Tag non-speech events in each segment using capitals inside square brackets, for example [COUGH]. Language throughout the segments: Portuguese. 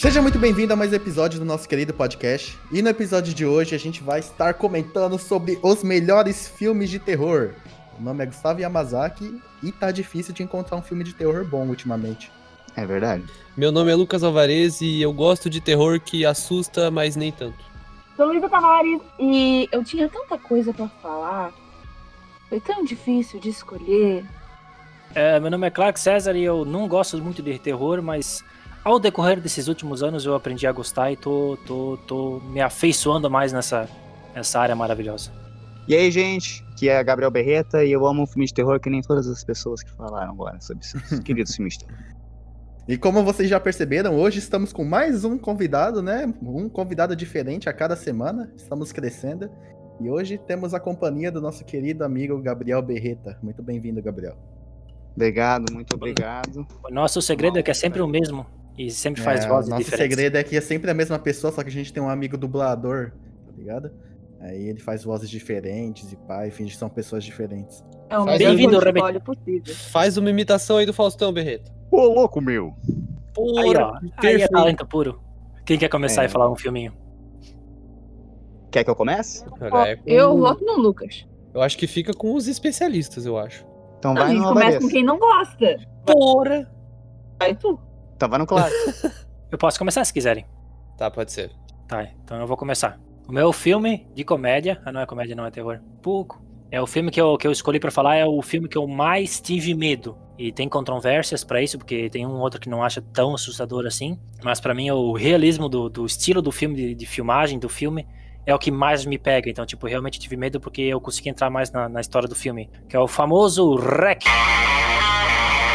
Seja muito bem-vindo a mais um episódio do nosso querido podcast. E no episódio de hoje a gente vai estar comentando sobre os melhores filmes de terror. O nome é Gustavo Yamazaki e tá difícil de encontrar um filme de terror bom ultimamente. É verdade. Meu nome é Lucas Alvarez e eu gosto de terror que assusta, mas nem tanto. Sou Luísa Tavares e eu tinha tanta coisa pra falar. Foi tão difícil de escolher. É, meu nome é Clark César e eu não gosto muito de terror, mas ao decorrer desses últimos anos eu aprendi a gostar e tô, tô, tô me afeiçoando mais nessa, nessa área maravilhosa. E aí, gente, que é Gabriel Berreta e eu amo filme de terror que nem todas as pessoas que falaram agora sobre [LAUGHS] seus queridos filmes de terror. E como vocês já perceberam, hoje estamos com mais um convidado, né? Um convidado diferente a cada semana. Estamos crescendo. E hoje temos a companhia do nosso querido amigo Gabriel Berreta. Muito bem-vindo, Gabriel. Obrigado, muito obrigado. O nosso segredo é que é sempre o mesmo e sempre faz É, vozes nosso diferentes. segredo é que é sempre a mesma pessoa, só que a gente tem um amigo dublador, tá ligado? Aí ele faz vozes diferentes e pai, finge que são pessoas diferentes. É o Faz melhor bem-vindo, portfólio possível. Faz uma imitação aí do Faustão, Berreto. Ô, louco meu! Aí, Porra, ó, aí é perfeito. talento puro. Quem quer começar É. e falar um filminho? Quer que eu comece? Cara, é Ó, com- Eu voto no Lucas. eu acho que fica com os especialistas, eu acho. Então Não, a vai gente no começa Alvarez. com quem não gosta. Porra! Vai tu. Então vai no Clark. Eu posso começar se quiserem. Tá, pode ser. Tá, então eu vou começar. O meu filme de comédia. Ah, não é comédia, não é terror. Pouco. É o filme que eu, que eu escolhi pra falar, é o filme que eu mais tive medo. E tem controvérsias pra isso, porque tem um outro que não acha tão assustador assim. Mas pra mim, o realismo do, do estilo do filme, de, de filmagem do filme, é o que mais me pega. Então, tipo, eu realmente tive medo porque eu consegui entrar mais na, na história do filme. Que é o famoso REC.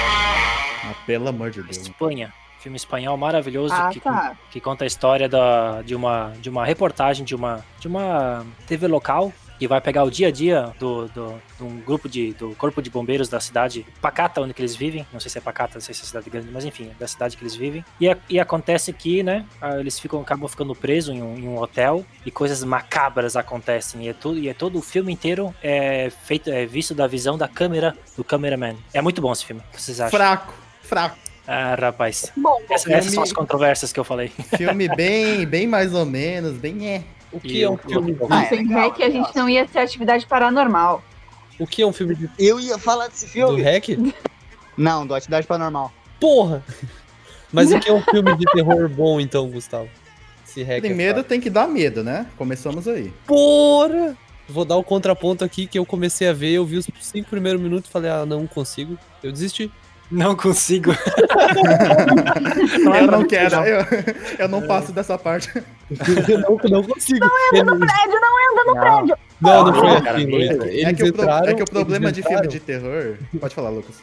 Ah, pelo amor de Deus. Espanha. Filme espanhol maravilhoso Ah, que, tá. que conta a história da, de, uma, de uma reportagem de uma, de uma TV local que vai pegar o dia a dia do, do, de um grupo de, do corpo de bombeiros da cidade Pacata, onde que eles vivem. Não sei se é Pacata, não sei se é cidade grande, mas enfim, é da cidade que eles vivem. E, a- e acontece que, né, ah, eles ficam, acabam ficando presos em um, em um hotel e coisas macabras acontecem. E, é tudo, e é todo o filme inteiro é feito, é visto da visão da câmera, do cameraman. É muito bom esse filme. O que vocês acham? Fraco, fraco. Ah, rapaz. Bom, Essa- Filme- essas são as controvérsias que eu falei. Filme bem, bem mais ou menos, bem é. O que é um filme bom? Ah, é sem legal, REC a gente legal. não ia ter atividade paranormal. O que é um filme de... [LAUGHS] Eu ia falar desse do filme. REC? Não, do Atividade Paranormal. Porra! Mas o que é um filme de terror bom, então, Gustavo? Se REC é Primeiro fraco. tem que dar medo, né? Começamos aí. Porra! Vou dar o contraponto aqui que eu comecei a ver, eu vi os cinco primeiros minutos e falei, ah, não consigo. Eu desisti. Não consigo. Eu não quero, eu, eu não passo dessa parte. Eu não, não consigo. Eles- Prédio não Não, não foi Ah, assim, cara, Luiz. é Eles É que, o pro- entraram, é que o problema eles de filme entraram. de terror. Pode falar, Lucas.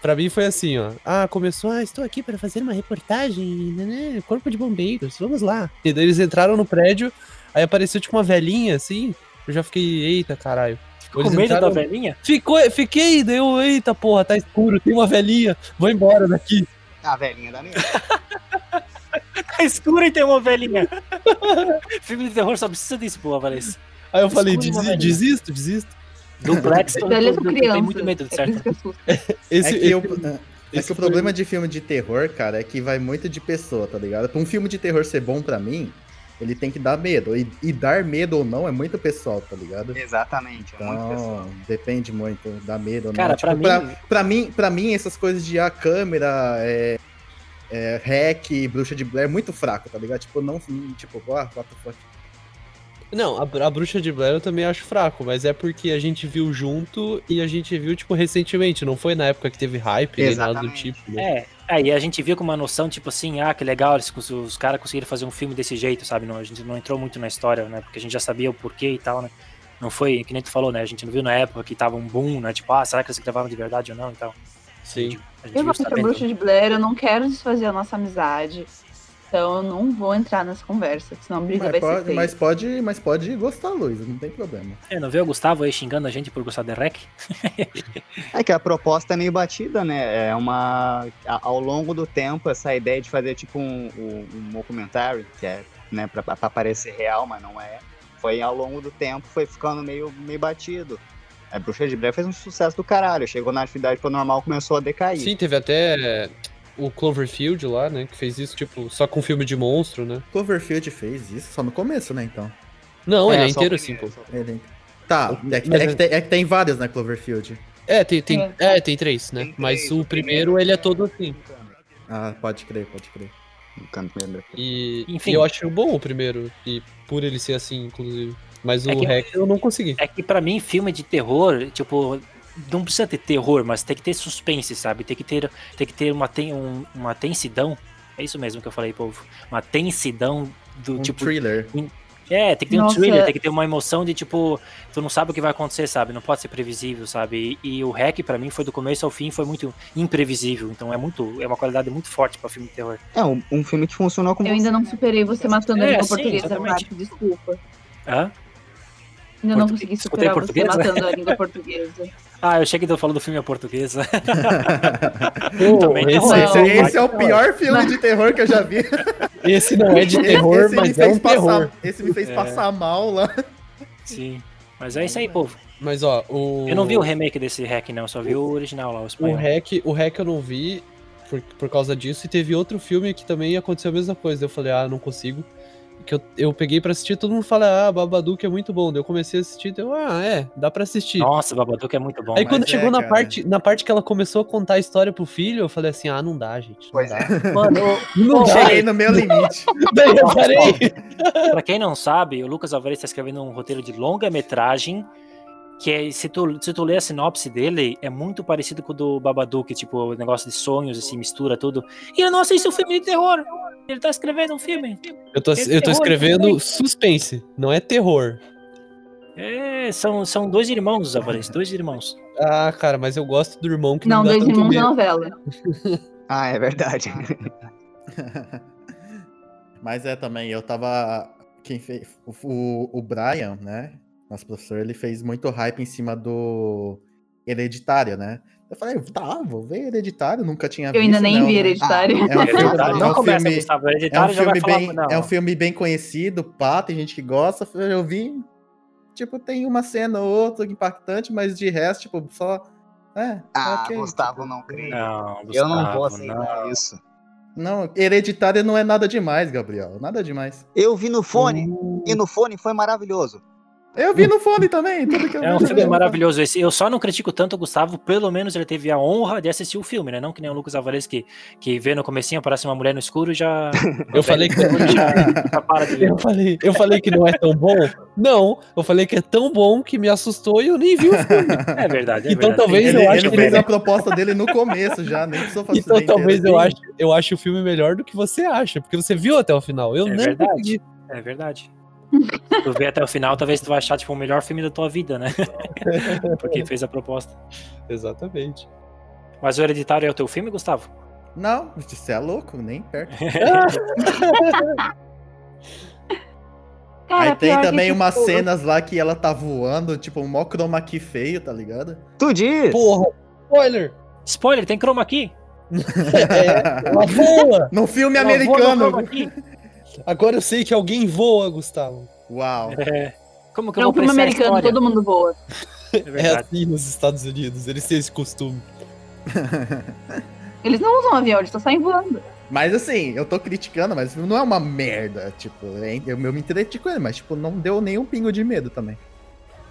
Pra mim foi assim, ó. Ah, começou, ah, estou aqui para fazer uma reportagem, né, né, corpo de bombeiros, vamos lá. E daí eles entraram no prédio, aí apareceu tipo uma velhinha, assim, eu já fiquei, eita, caralho. Com Eles medo entraram- da velhinha? [LAUGHS] Ficou, fiquei, daí eu, eita porra, tá escuro, tem uma velhinha, vou embora daqui. A velhinha [LAUGHS] da minha. Tá escuro e tem uma velhinha. Filme de terror só precisa disso, pô, Valência. Tá Aí eu falei, Escuro e uma "Desi- velhinha." desisto, desisto. Do Blackstone, Velhas eu, eu crianças. tenho muito medo de É por isso certo. que assusta. Esse, é que, eu- esse- é esse que o foi- problema de filme de terror, cara, é que vai muito de pessoa, tá ligado? Pra um filme de terror ser bom pra mim, ele tem que dar medo. E, e dar medo ou não é muito pessoal, tá ligado? Exatamente, é muito pessoal. Então, depende muito, dá medo ou Cara, não. Tipo, pra mim- pra, pra mim, pra mim, essas coisas de a câmera, é, é, hack, bruxa de Blair, é muito fraco, tá ligado? Tipo, não, tipo, ah, what the fuck. Não, a, a Bruxa de Blair eu também acho fraco, mas é porque a gente viu junto e a gente viu, tipo, recentemente, não foi na época que teve hype, nem nada do Exatamente. tipo, né? É, aí a gente viu com uma noção, tipo assim, ah, que legal, eles, os, os caras conseguiram fazer um filme desse jeito, sabe? Não, a gente não entrou muito na história, né? Porque a gente já sabia o porquê e tal, né? Não foi, que nem tu falou, né? A gente não viu na época que tava um boom, né? Tipo, ah, será que eles gravavam de verdade ou não e tal. Sim. A gente Eu viu gosto de sabendo. bruxa de Blair, eu não quero desfazer a nossa amizade. Então eu não vou entrar nessa conversa, senão a briga Mas vai ser pode, feia. mas, pode, mas pode gostar, Luiz, não tem problema. É, não vê o Gustavo aí xingando a gente por gostar de rec? É que a proposta é meio batida, né? É uma. a- Ao longo do tempo, essa ideia de fazer tipo um, um, um documentário, que é, né, pra, pra parecer real, mas não é. Foi ao longo do tempo, foi ficando meio, meio batido. A Bruxa de Blair fez um sucesso do caralho. Chegou na atividade paranormal, começou a decair. Sim, teve até. o Cloverfield lá, né? Que fez isso, tipo, só com filme de monstro, né? Cloverfield fez isso só no começo, né, então. Não, ele é só o inteiro assim, primeiro, pô. só o primeiro. Ele- Tá, é que, é que tem, é que tem várias, né, Cloverfield. É, tem, tem, É. é, tem três, né? Tem Mas três, o primeiro, ele é todo assim. Ah, pode crer, pode crer. O câmera. E, Enfim. e eu acho bom o primeiro, e por ele ser assim, inclusive. Mas o É que- Hack eu não consegui. É que pra mim, filme de terror, tipo, não precisa ter terror, mas tem que ter suspense, sabe? Tem que ter, tem que ter uma, ten, um- uma tensidão. É isso mesmo que eu falei, povo. Uma tensidão do Um tipo. thriller. É, tem que ter Nossa. um thriller, tem que ter uma emoção de tipo, tu não sabe o que vai acontecer, sabe? Não pode ser previsível, sabe? E, e o hack, pra mim, foi do começo ao fim, foi muito imprevisível. Então é muito, é uma qualidade muito forte pra filme de terror. É, um, um filme que funcionou como. Eu ainda não superei você matando É, a língua sim, portuguesa, exatamente. Marco, desculpa. Hã? Ainda não Portu- consegui escutei superar você portuguesa? matando a [LAUGHS] língua portuguesa. Ah, eu cheguei e tô falando do filme em português. Pô, [LAUGHS] também tá esse, Não, esse, esse é o mas- pior filme [LAUGHS] de terror que eu já vi. [LAUGHS] esse não é de terror, me mas é fez um terror. Passar, esse me fez É. passar mal lá. Sim. Mas é isso aí, povo. Mas ó, o. Eu não vi o remake desse hack, não, só vi o original lá, o O espanhol. hack, o hack eu não vi por, por causa disso. E teve outro filme que também aconteceu a mesma coisa. Eu falei, ah, não consigo. Que eu, eu peguei pra assistir, todo mundo fala, ah, Babadook é muito bom. Daí eu comecei a assistir, deu, ah, é, dá pra assistir. Nossa, Babadook é muito bom. Aí mas- quando é, chegou na, cara. parte, na parte que ela começou a contar a história pro filho, eu falei assim, ah, não dá, gente. [LAUGHS] Pois é. Mano, Não dá. [LAUGHS] Cheguei no [LAUGHS] meu limite. [LAUGHS] Daí eu parei. pra quem não sabe, o Lucas Alvarez tá escrevendo um roteiro de longa-metragem que é- se, tu, se tu ler a sinopse dele, é muito parecido com o do Babadook, tipo, o negócio de sonhos, assim, mistura tudo. E eu não assisto filme de terror. Ele tá escrevendo um filme. Eu tô, eu tô escrevendo suspense, não é terror. É, são, são dois irmãos, Alvarez, dois irmãos. Ah, cara, mas eu gosto do irmão que não, Não, dá dois tanto irmãos da medo. novela. Ah, é verdade. Mas é também, eu tava. Quem fez. O, o- o Brian, né? Nosso professor, ele fez muito hype em cima do Hereditário, né? Eu falei, tá, vou ver Hereditário, nunca tinha Eu ainda nem não, vi né? hereditário. [LAUGHS] É [LAUGHS] um filme, Hereditário, é não um começa, filme- é Gustavo. um Hereditário já vai filme falar. bem, não. é um filme bem conhecido, pá, tem gente que gosta, eu vi. Tipo, tem uma cena ou outra impactante, mas de resto, tipo, só. É, Ah, ok. Gustavo, não creio. Não, eu não Gustavo, vou não. aceitar isso. Não, hereditário não é nada demais, Gabriel. Nada demais. Eu vi no fone, e no fone foi maravilhoso. Eu vi no fone também, tudo que eu É um vi filme também. maravilhoso esse. Eu só não critico tanto o Gustavo, pelo menos ele teve a honra de assistir o filme, né? Não que nem o Lucas Alvarez que, que vê no comecinho, aparece uma mulher no escuro e já. [LAUGHS] Eu falei que [LAUGHS] já para de ver. Eu falei, eu falei que não é tão bom? Não, eu falei que é tão bom que me assustou e eu nem [LAUGHS] vi o filme. É verdade. É Então verdade. talvez Ele, eu acho ele que fez ele- a proposta dele no começo já, nem precisou fazer Então isso inteiro. assim. talvez eu assim? ache, eu ache o filme melhor do que você acha, porque você viu até o final. Eu É não verdade. consegui. É verdade. Se tu vê até o final, talvez tu vai achar tipo, o melhor filme da tua vida, [LAUGHS] né? Porque fez a proposta. Exatamente. Mas o Hereditário é o teu filme, Gustavo? Não, você é louco, nem perto. Cara, Ah, Aí tem pior que, também tipo, umas cenas lá que ela tá voando, tipo, um mó chroma key feio, tá ligado? [LAUGHS] Tu diz? Porra, spoiler! Spoiler, tem chroma aqui. [LAUGHS] É, ela voa! No filme Eu vou no chroma americano. key. Agora eu sei que alguém voa, Gustavo. Uau. É. Como que eu É vou um filme apreciar a americano, história? todo mundo voa. É É verdade. assim nos Estados Unidos, eles têm esse costume. Eles não usam avião, eles só saem voando. Mas assim, eu tô criticando, mas não é uma merda. Tipo, é- eu, eu me entreti com ele, mas tipo, não deu nenhum pingo de medo também.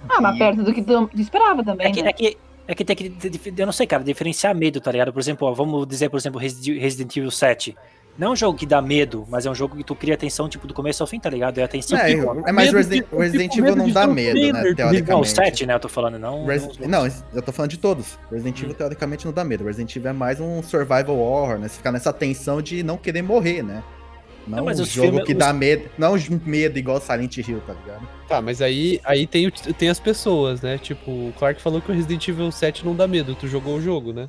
Ah, mas E- perto do que tu tu esperava também, É que, né? é, que, é que tem que. dif- Eu não sei, cara, diferenciar medo, tá ligado? Por exemplo, ó, vamos dizer, por exemplo, Resi- Resident Evil 7. Não é um jogo que dá medo, mas é um jogo que tu cria atenção, tipo, do começo ao fim, tá ligado? É atenção. É, que- é mas medo Resident, de- eu Resident fico com Evil medo não de dá ter um medo, trailer né? do- Teoricamente. não, o 7, né? Eu tô falando, não. Resi- não, Não, eu tô falando de todos. Resident Hum. Evil, teoricamente, não dá medo. Resident Evil é mais um survival horror, né? Você fica nessa tensão de não querer morrer, né? Não, Não, mas um os jogo filmes- é que os- dá medo. Não um medo igual Silent Hill, tá ligado? Tá, mas aí, aí tem, o- tem as pessoas, né? Tipo, o Clark falou que o Resident Evil 7 não dá medo, tu jogou o jogo, né?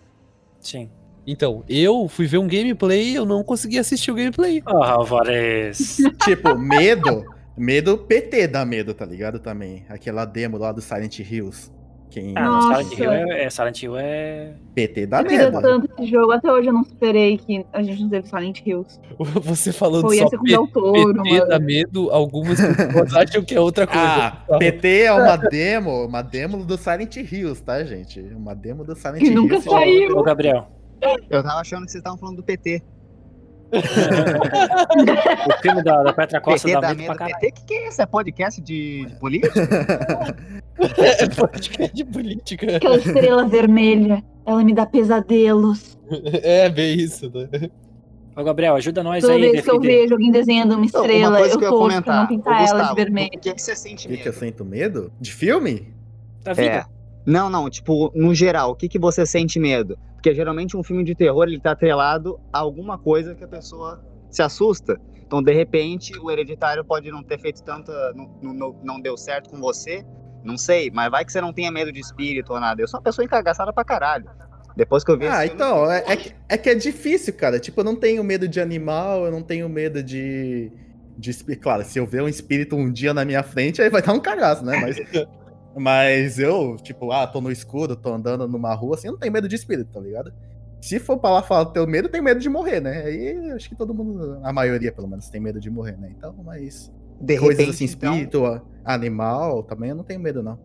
Sim. Então, eu fui ver um gameplay e eu não consegui assistir o gameplay. [LAUGHS] Ah, [LAUGHS] Alvarez. tipo, [LAUGHS] medo. Medo PT dá medo, tá ligado? Também. Aquela demo lá do Silent Hills. Quem Ah, não, Nossa. Silent Hill é, é- Silent Hill é. PT dá Eu queria medo. né? tanto esse jogo, até hoje eu não superei que a gente não teve Silent Hills. Você falando Pô, só ia ser com o Del Toro, PT dá mano. medo, algumas [LAUGHS] pessoas acham que é outra coisa. Ah, PT é uma demo, uma demo do Silent Hills, tá, gente? Uma demo do Silent Que Hills. nunca Ô, saiu. ô, Gabriel. Eu tava achando que vocês estavam falando do PT. O filme da, da Petra Costa PT dá da medo pra merda. caralho. PT? Que que é isso? É podcast de, de política? É [LAUGHS] Ah. podcast de política. Aquela estrela vermelha, ela me dá pesadelos. É bem isso, né? Ô, Gabriel, ajuda nós Toda aí, vez que eu defender. vejo alguém desenhando uma Então, estrela, eu torço pra não Ô, pintar ela de Gustavo, vermelho. O que, que você sente O que, que eu medo? sinto medo? De filme? Da vida. É. Não, não, tipo, no geral, o que, que você sente medo? Porque geralmente um filme de terror, ele tá atrelado a alguma coisa que a pessoa se assusta. Então, de repente, o hereditário pode não ter feito tanta... Não, não, não deu certo com você, não sei. Mas vai que você não tenha medo de espírito ou nada. Eu sou uma pessoa encagaçada pra caralho. Depois que eu vi Ah, esse filme- então, é, é que- é que é difícil, cara. Tipo, eu não tenho medo de animal, eu não tenho medo de. de espi- claro, se eu ver um espírito um dia na minha frente, aí vai dar um cagaço, né? Mas, mas eu, tipo, ah, tô no escuro, tô andando numa rua, assim, eu não tenho medo de espírito, tá ligado? Se for pra lá falar do teu medo, eu tenho medo de morrer, né? Aí acho que todo mundo, a maioria pelo menos, tem medo de morrer, né? Então, mas. De coisas repente, assim, então, espírito, animal, também eu não tenho medo, não.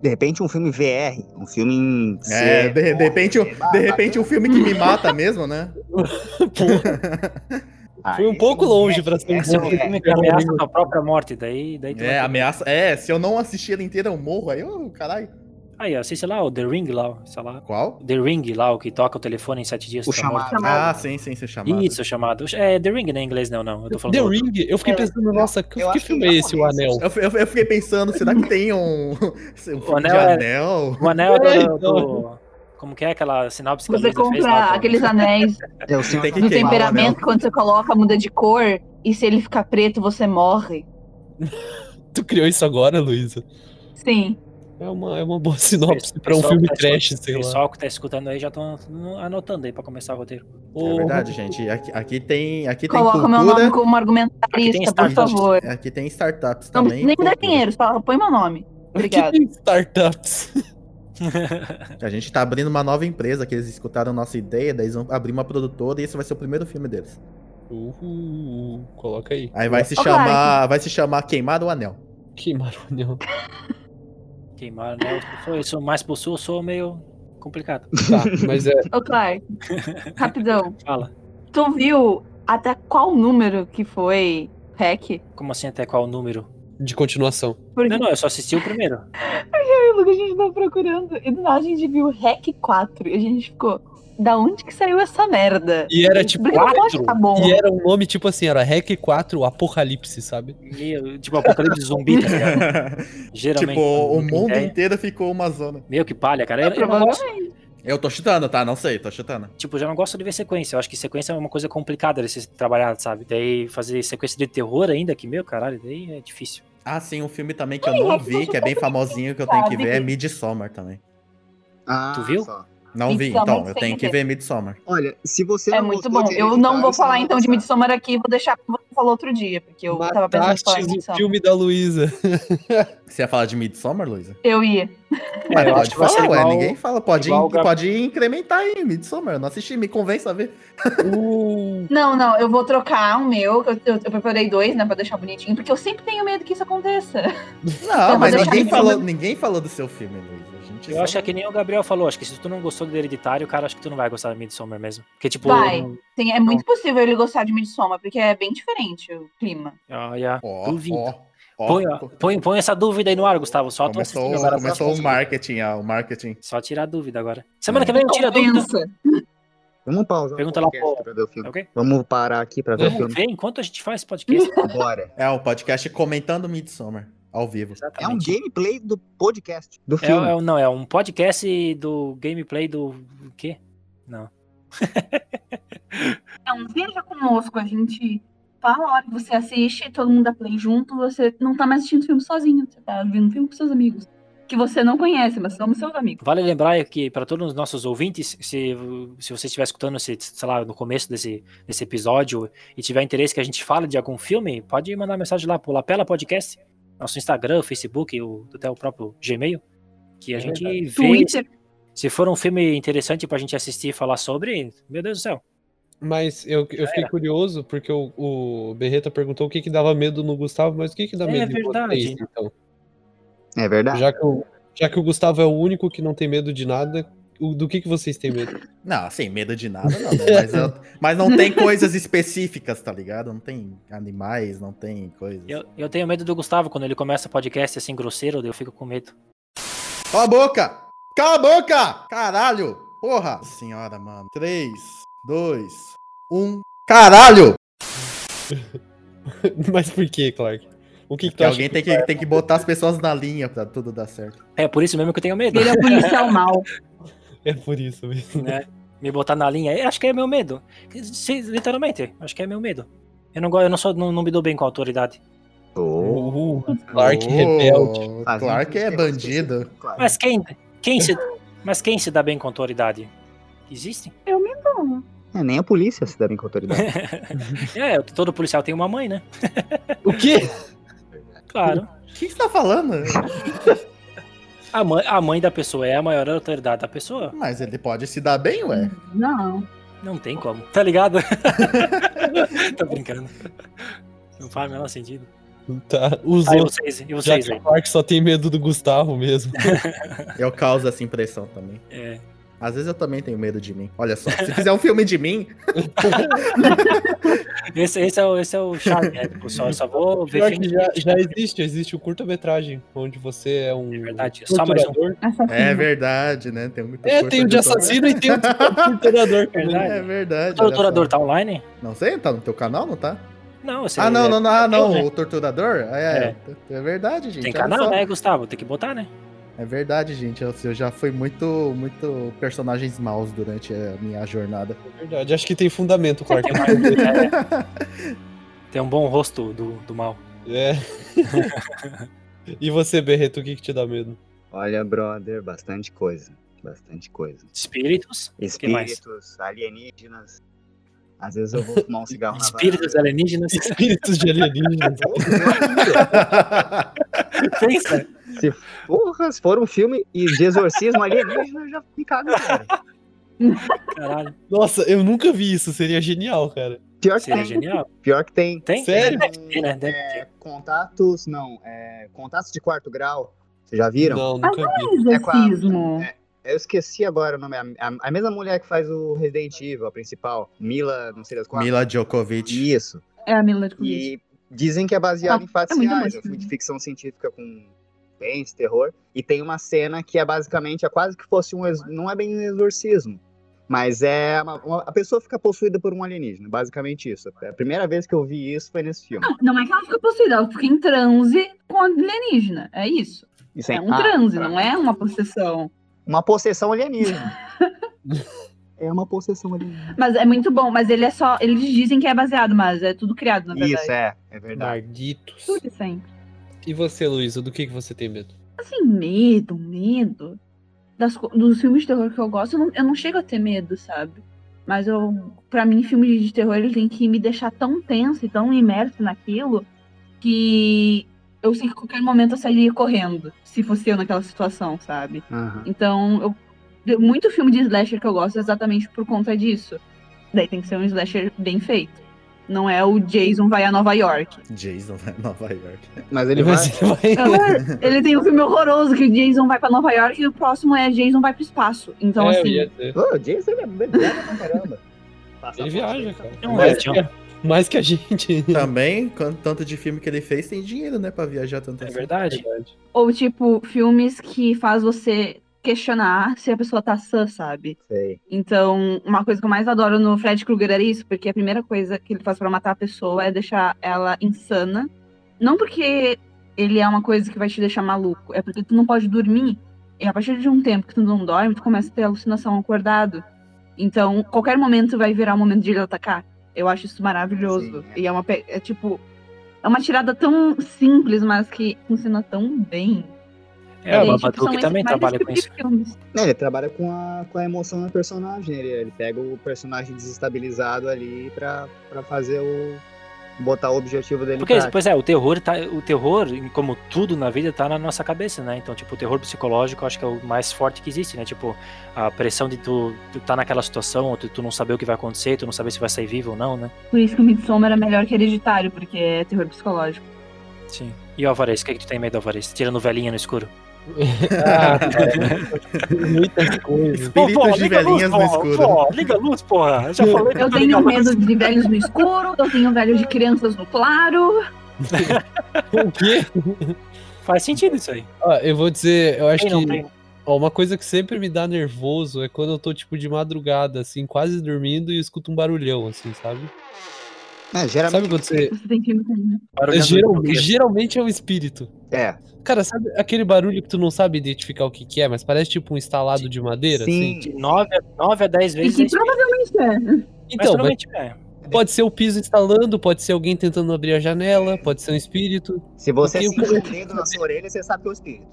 de repente, um filme VR, um filme em... É, de, de repente, um- Ah, de repente um filme que me mata mesmo, né? Foi um pouco longe pra ser um Esse é um filme. filme que ameaça a tua própria morte, daí, daí tu vai É, ter- ameaça. É, se eu não assistir ela inteira, eu morro. Aí eu, caralho. Aí, ó, sei lá, o The Ring lá, sei lá. Qual? The Ring lá, o que toca o telefone em sete dias. O tu tá morto. chamado. Ah, sim, sim, seu chamado. Isso, chamado. É, The Ring não é em inglês, não, não. Eu tô falando. The outro. Ring, eu fiquei É, pensando, nossa, que, eu que acho que filme é esse, o japonês, Anel? Eu, eu- eu fiquei pensando, será que tem um, [LAUGHS] um filme anel de é- anel? O anel É, do, do- então. Como que é aquela sinopse que a Você Luísa fez lá né? compra do- aqueles anéis Eu sei Tem que no Queimar né? o né? temperamento, quando você coloca, muda de cor, e se ele ficar preto, você morre. Tu criou isso agora, Luísa? Sim. É uma, é uma boa sinopse pra um Pessoal filme que tá trash, escutando- sei lá. Pessoal que tá escutando aí já estão anotando aí pra começar o roteiro. É verdade, gente. Aqui, aqui tem. Aqui tem Coloca o meu nome cultura. como Aqui tem argumentarista, por startup. favor. Aqui tem startups Não também. precisa nem é. me dar cultura. dinheiro, só põe meu nome. Por que Obrigado. tem startups? [LAUGHS] A gente tá abrindo uma nova empresa, que eles escutaram nossa ideia, daí eles vão abrir uma produtora e esse vai ser o primeiro filme deles. Uhul, coloca aí. Aí vai se Ô, chamar. Clark. Vai se chamar Queimar o Anel. [LAUGHS] Queimar o anel. Queimar, né? Eu sou, eu sou mais pro sul, eu sou meio complicado. Tá, mas é. Ô, Clark, rapidão. Fala. Tu viu até qual número que foi hack? Como assim até qual o número? De continuação. Porque Não, não, eu só assisti o primeiro. eu e o Lucas, a gente tava procurando. E do nada a gente viu hack 4. E a gente ficou, da onde que saiu essa merda? E era tipo. Porque não pode quatro? ficar bom. E era um nome tipo assim, era Hack 4 Apocalipse, sabe? Meio, tipo, apocalipse zumbi, tá ligado? [LAUGHS] Geralmente. [LAUGHS] tipo, o mundo é inteiro ficou uma zona. meio que palha, cara. Eu, eu não Provavelmente. gosto, Eu tô chutando, tá? Não sei, tô chutando. tipo, já não gosto de ver sequência. Eu acho que sequência é uma coisa complicada de se trabalhar, sabe? Daí fazer sequência de terror ainda, que meu caralho, daí [LAUGHS] é difícil. Ah, sim, um filme também que eu não Rex, vi, você que é bem sabe famosinho, que eu tenho que sabe ver, é que- Midsommar também. Ah, Tu viu? só. Não vi, Midsommar então, eu sem tenho que ver. ver Midsommar. Olha, se você É não muito gostou bom. de Eu Hereditário, não vou você falar então de vai Midsommar aqui, vou deixar pra você falar outro dia, porque eu tava pensando em falar em Matastes o Midsommar. filme da Luísa. Você ia falar de Midsommar, Luísa? Eu ia. É, Mas pode eu acho que vai ser falar, ué, igual- ninguém fala. Pode, igual in- o Gab- pode incrementar aí, Midsommar. Eu não assisti, me convença a ver. [LAUGHS] Uh, Não, não, eu vou trocar o meu, que eu, eu, eu preparei dois, né, pra deixar bonitinho, porque eu sempre tenho medo que isso aconteça. Não, Não, mas mas eu ninguém já- falou, ninguém falou do seu filme, Luísa. A gente Eu só- acho que é que nem o Gabriel falou, acho que se tu não gostou do Hereditário, cara, acho que tu não vai gostar do Midsommar mesmo. Porque, tipo, Vai. Tem- é muito possível ele gostar de Midsommar, porque é bem diferente o clima. ah, yeah. Ó, Duvido. ó, ó. põe, ó, põe, põe essa dúvida aí no ar, Gustavo. Só tu Começou, assistir agora, começou só- o marketing, ah, o marketing. Só tirar a dúvida agora. Semana É. que vem Então, eu tiro a dúvida. Compensa. tá? Vamos pausar Pergunta o lá, podcast pô. É pra ver o filme. Ok? Vamos parar aqui pra ver o Vamos filme. ver enquanto a gente faz esse podcast. Bora. [LAUGHS] É um podcast comentando Midsommar, ao vivo. É um Exatamente. gameplay do podcast, do É, filme. é um- não, é um podcast do gameplay do o quê? Então, veja conosco, a gente fala a hora que você assiste, todo mundo dá play junto, você não tá mais assistindo filme sozinho, você tá vendo filme com seus amigos. Que você não conhece, mas são seus amigos. Vale lembrar que para todos os nossos ouvintes, se, se você estiver escutando, esse, sei lá, no começo desse, desse episódio e tiver interesse que a gente fale de algum filme, pode mandar mensagem lá pro Lapela Podcast, nosso Instagram, Facebook, o, até o próprio Gmail, que a É gente vê. Twitter, Se for um filme interessante pra gente assistir e falar sobre, meu Deus do céu. mas eu, eu É. fiquei curioso, porque o, o Berreta perguntou o que, que dava medo no Gustavo, mas o que, que dá É medo em verdade. vocês, então? É verdade. Já que, o, já que o Gustavo é o único que não tem medo de nada, o- do que, que vocês têm medo? [LAUGHS] Não, sem medo de nada, não. né? Mas, eu- mas não tem coisas específicas, tá ligado? Não tem animais, não tem coisas. Eu, eu tenho medo do Gustavo quando ele começa podcast assim grosseiro, eu fico com medo. Cala a boca! Cala a boca! Caralho! Porra! Senhora, mano. 3, 2, 1. Caralho! Mas por que, Clark? O que, que tu É Porque acha? alguém tem que, tem que botar as pessoas na linha pra tudo dar certo. É por isso mesmo que eu tenho medo, Ele é um policial mal. É por isso mesmo. né? Me botar na linha. Eu acho que é meu medo. Se- literalmente, acho que é meu medo. Eu não gosto, eu não sou, não, não me dou bem com a autoridade. Tô. Uh, Clark Ô, rebelde. Clark é bandido. Claro. Mas quem, quem se, mas quem se dá bem com a autoridade? Existe? Eu me dou. É, nem a polícia se dá bem com a [LAUGHS] autoridade. É, todo policial tem uma mãe, né? O quê? Claro. O que você tá falando? A mãe, a mãe da pessoa é a maior autoridade da pessoa. Mas ele pode se dar bem, ué. Não. Não tem como. Tá ligado? [LAUGHS] Tô brincando. Não faz o menor sentido. Tá, os Ah, e outros. vocês, e Já vocês que o aí? Clark só tem medo do Gustavo mesmo. Eu causo essa impressão também. É. Às vezes eu também tenho medo de mim. Olha só, se fizer um filme de mim, Esse, esse é o, esse é o charme, né? Eu só, eu [LAUGHS] só vou ver Pior filme que de já, gente. já existe, existe o curta-metragem, onde você é um. É verdade, só mais um. torturador. é Assassino. verdade, né? Tem muito É, curta tem o de todo. assassino e tem [LAUGHS] o de torturador também. né? Verdade. É verdade. O olha torturador só. tá online? Não sei, tá no teu canal, não tá? Não, esse Ah, não, é- não, não, ah, né? não, o torturador? É, é, é verdade, gente. Tem olha canal, só. né, Gustavo? Tem que botar, né? É verdade, gente. Eu, eu já fui muito, muito personagens maus durante a minha [LAUGHS] jornada. [LAUGHS] É Verdade, acho que tem fundamento, Clark. Tem, uma- é. Tem um bom rosto do, do mal. É. [LAUGHS] e você, Berreto, o que, que te dá medo? [LAUGHS] Olha, brother, bastante coisa. Bastante coisa. Espíritos. que mais? Espíritos, alienígenas. Às vezes eu vou fumar um cigarro na [LAUGHS] Espíritos alienígenas. Espíritos de alienígenas. Pensa. varanda. Porra, se for um filme e de exorcismo alienígena, eu já me cago, cara. Caralho. Nossa, eu nunca vi isso, seria genial, cara. Pior que Seria tem. genial. Pior que tem. Tem? Sério? Deve ter, né? Deve ter. É, contatos, não. É, contatos de quarto grau. Vocês já viram? Não, nunca vi. É com a- Exorcismo. Eu esqueci agora o nome. A, a- a mesma mulher que faz o Resident Evil, a principal. Mila, não sei das quatro. Mila Djokovic. Isso. É a Mila de Covid. E dizem que é baseado Ah, em fatos é muito reais, bom é um esse filme de filme. ficção científica com bens, terror. E tem uma cena que é basicamente, é quase que fosse um. ex- Não é bem um exorcismo, mas é. uma- uma- a pessoa fica possuída por um alienígena, basicamente isso. É A primeira vez que eu vi isso foi nesse filme. Não é que ela fica possuída, ela fica em transe com alienígena. É isso. Isso É um ah, transe, tá. não é uma possessão. Uma possessão [LAUGHS] alienígena. é uma possessão alienígena. Mas é muito bom, mas ele é só. Eles dizem que é baseado, mas é tudo criado, na verdade. Isso, é, é verdade. Malditos. Tudo sempre. E você, Luísa, do que, que você tem medo? Assim, medo, medo. Das, co- dos filmes de terror que eu gosto, eu não, eu não chego a ter medo, sabe? Mas eu. para mim, filme de terror ele tem que me deixar tão tenso e tão imerso naquilo que eu sei que a qualquer momento eu sairia correndo. Se fosse eu naquela situação, sabe? Aham. Então, eu, de- muito filme de slasher que eu gosto é exatamente por conta disso. Daí tem que ser um slasher bem feito. Não é o Jason vai a Nova York. Jason vai a Nova York. Mas ele vai. vai... [LAUGHS] Ele tem um filme horroroso que o Jason vai pra Nova York e o próximo é Jason vai pro espaço. Então, É, eu assim, ia dizer. Pô, o Jason ele é viaja pra caramba. Ele Passaporte viaja, dele. cara. Não, mais, é, que a, mais que a gente. né? Também, quanto tanto de filme que ele fez, tem dinheiro, né, pra viajar tanto É assim. verdade. ou tipo, filmes que faz você questionar se a pessoa tá sã, sabe? Sei. Então, uma coisa que eu mais adoro no Fred Krueger é isso, porque a primeira coisa que ele faz pra matar a pessoa é deixar ela insana. Não porque ele é uma coisa que vai te deixar maluco, é porque tu não pode dormir. E a partir de um tempo que tu não dorme, tu começa a ter alucinação acordado. Então, qualquer momento vai virar o momento de ele atacar. Eu acho isso maravilhoso. Sim, é. E é uma pe- é tipo é uma tirada tão simples, mas que funciona tão bem. É, E, o tipo, são Babadook esses- também mais trabalha esse com tipo isso. de filmes. É, Ele trabalha com a, com a emoção do personagem. Ele, ele pega o personagem desestabilizado ali pra, pra fazer o. botar o objetivo dele Porque, em prática. pois é, o terror, tá, o terror, como tudo na vida, tá na nossa cabeça, né? Então, tipo, o terror psicológico eu acho que é o mais forte que existe, né? Tipo, a pressão de tu, tu tá naquela situação, ou tu, tu não saber o que vai acontecer, tu não saber se vai sair vivo ou não, né? Por isso que o Midsommar é melhor que Hereditário, porque é terror psicológico. Sim. E o Alvarez, o que, é que tu tem medo, Alvarez? Tirando velhinha no escuro. Ah, cara, muitas coisas. Pô, Espíritos pô, de liga a luz, velhinhas no porra, escuro. pô, liga a luz, porra. Eu já falei pra Eu tu ligar tenho a luz. medo de velhos no escuro, eu tenho velhos de crianças no claro. O quê? [LAUGHS] Faz sentido isso aí. Ó, Ah, eu vou dizer, eu acho Quem não que. tem? Ó, uma coisa que sempre me dá nervoso é quando eu tô, tipo, de madrugada, assim, quase dormindo e escuto um barulhão, assim, sabe? É, geralmente. Sabe quando você. Você tem que me entender. Barulho do- Geral- do quê? geralmente é um espírito. É. Cara, sabe aquele barulho que tu não sabe identificar o que, que é, mas parece tipo um estalado de madeira, assim? Sim. De 9 a, 9 a 10 E vezes. que é espírito. provavelmente é. Então, mas mas provavelmente é. pode ser o piso instalando, pode ser alguém tentando abrir a janela, pode ser um espírito. Se você Porque o sentir o dedo na sua orelha, você sabe que é o espírito.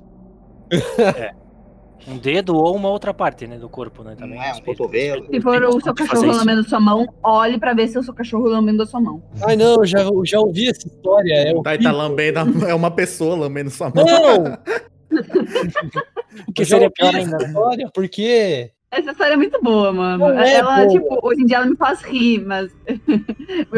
Um dedo ou uma outra parte né, do corpo, né? Também Não é, um espírito. cotovelo. Espírito Se for o pode seu fazer cachorro isso. lambendo sua mão, olhe pra ver se é o seu cachorro lambendo a sua mão. Ai não, eu já, eu já ouvi essa história. É Tá, horrível. e tá lambendo, a- é uma pessoa lambendo sua mão. Não! O que Eu já é seria ouvi pior essa ainda, né? História, por quê? Essa história é muito boa, mano. Não é ela, boa. tipo, hoje em dia ela me faz rir, mas [LAUGHS] eu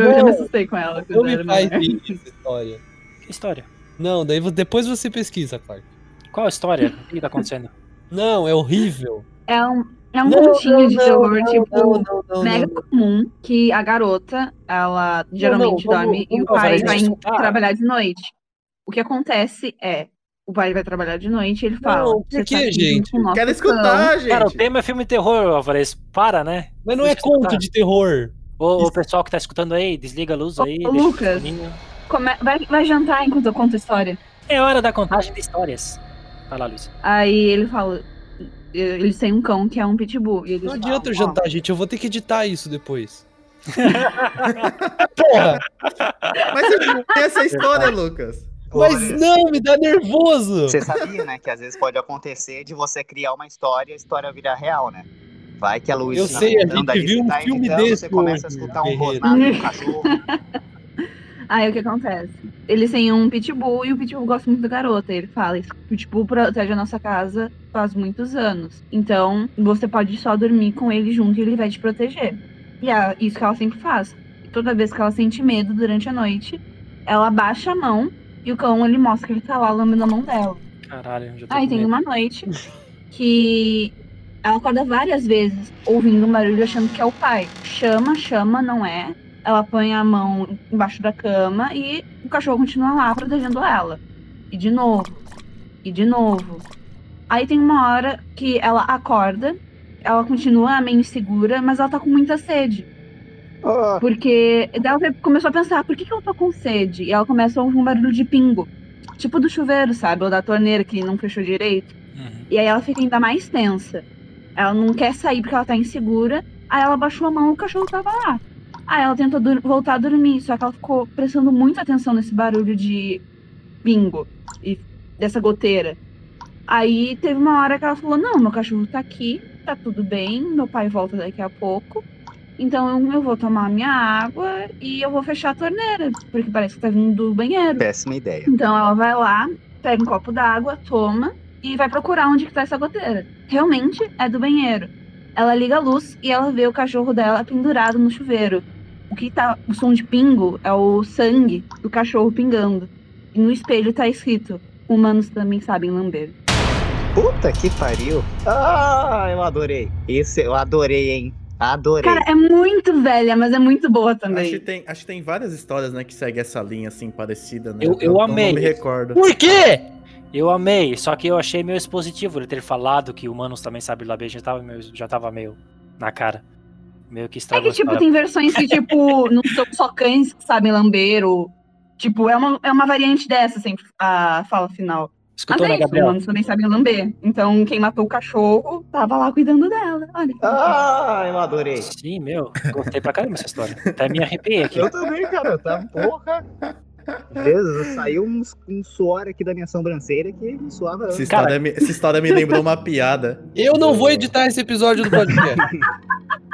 já Não. me assustei com ela. Não quando eu me era faz menor. rir essa história. Que história? Não, daí vo- depois você pesquisa, Clark. Qual a história? O que [LAUGHS] tá acontecendo? Não, é horrível. É um, é um Não, continho não, de não, terror, tipo, não, não, não, mega comum que a garota, ela geralmente vamos- dorme e vamos o pai parar vai disso. Ah. trabalhar de noite. O que acontece é, o pai vai trabalhar de noite e ele fala. por "Você que, tá aqui gente? junto com nós, Quero então." escutar, gente. Cara, o tema é filme de terror, Alvarez. Para, né? Mas não é conto de terror. Ô, o pessoal que tá escutando aí, desliga a luz aí. Ô, deixa o Lucas. sininho. Come- vai, vai jantar enquanto eu conto a história. É hora da contagem de histórias. Vai lá, Luiz. Aí ele fala, eles têm um cão que é um pitbull. E eles Não falam, adianta eu "Ó, jantar, gente. Eu vou ter que editar isso [LAUGHS] depois. Porra! Mas você não tem essa história, Lucas. Mas Olha, não, me dá nervoso! Você sabia, né? Que às vezes pode acontecer de você criar uma história e a história virar real, né? Vai que a luz Eu tá sei, a andando gente ali, viu você um tá filme editando, desse Você começa a hoje, escutar um Guerreiro. rosnado do cachorro. Aí o que acontece? Eles têm um pitbull e o pitbull gosta muito da garota. Ele fala: esse pitbull protege a nossa casa faz muitos anos. Então você pode só dormir com ele junto e ele vai te proteger. E é isso que ela sempre faz. Toda vez que ela sente medo durante a noite, ela baixa a mão e o cão ele mostra que ele tá lá lambendo a mão dela. Caralho, eu já tô Aí com tem medo. uma noite que ela acorda várias vezes ouvindo um barulho achando que é o pai. Chama, chama, não é. Ela põe a mão embaixo da cama e o cachorro continua lá protegendo ela. E de novo. E de novo. Aí tem uma hora que ela acorda, ela continua meio insegura, mas ela tá com muita sede. Ah, Porque daí ela começou a pensar, por que, que eu tô com sede? E ela começa a ouvir um barulho de pingo. Tipo do chuveiro, sabe? Ou da torneira que não fechou direito. Uhum. E aí ela fica ainda mais tensa. Ela não quer sair porque ela tá insegura. Aí ela baixou a mão e o cachorro tava lá. Aí ela tentou dur- voltar a dormir, só que ela ficou prestando muita atenção nesse barulho de pingo e dessa goteira. Aí teve uma hora que ela falou: Não, meu cachorro tá aqui, tá tudo bem, meu pai volta daqui a pouco. Então eu, eu vou tomar minha água e eu vou fechar a torneira, porque parece que tá vindo do banheiro. Péssima ideia. Então ela vai lá, pega um copo d'água, toma e vai procurar onde que tá essa goteira. Realmente é do banheiro. Ela liga a luz e ela vê o cachorro dela pendurado no chuveiro. O que tá o som de pingo é o sangue do cachorro pingando. E no espelho tá escrito: humanos também sabem lamber. Puta que pariu. Ah, eu adorei. Esse eu adorei, hein? Adorei. Cara, é muito velha, mas é muito boa Acho que, também. tem, acho que tem várias histórias, né, que segue essa linha, assim, parecida, né? Eu- eu amei. Não me recordo. Por quê? Eu amei, só que eu achei meio expositivo ele ter falado que humanos também sabem laber. Já tava meio, já tava meio na cara. Meio que É estragou. que, tipo, a tem versões que, tipo, não são só cães que sabem lamber, ou. Tipo, é uma, é uma variante dessa, sempre, a fala final. Mas Escutou, é né, isso, Gabriel? humanos também sabem lamber. Então, quem matou o cachorro tava lá cuidando dela. Olha. Ah, eu adorei. Sim, meu. Gostei pra caramba essa história. Até me arrepiei aqui. Eu também, cara. Tá porra. Jesus, saiu um, um suor aqui da minha sobrancelha que me suava. Essa Cara- história, me, essa história me lembrou uma piada. Eu não vou editar esse episódio do podcast. [LAUGHS]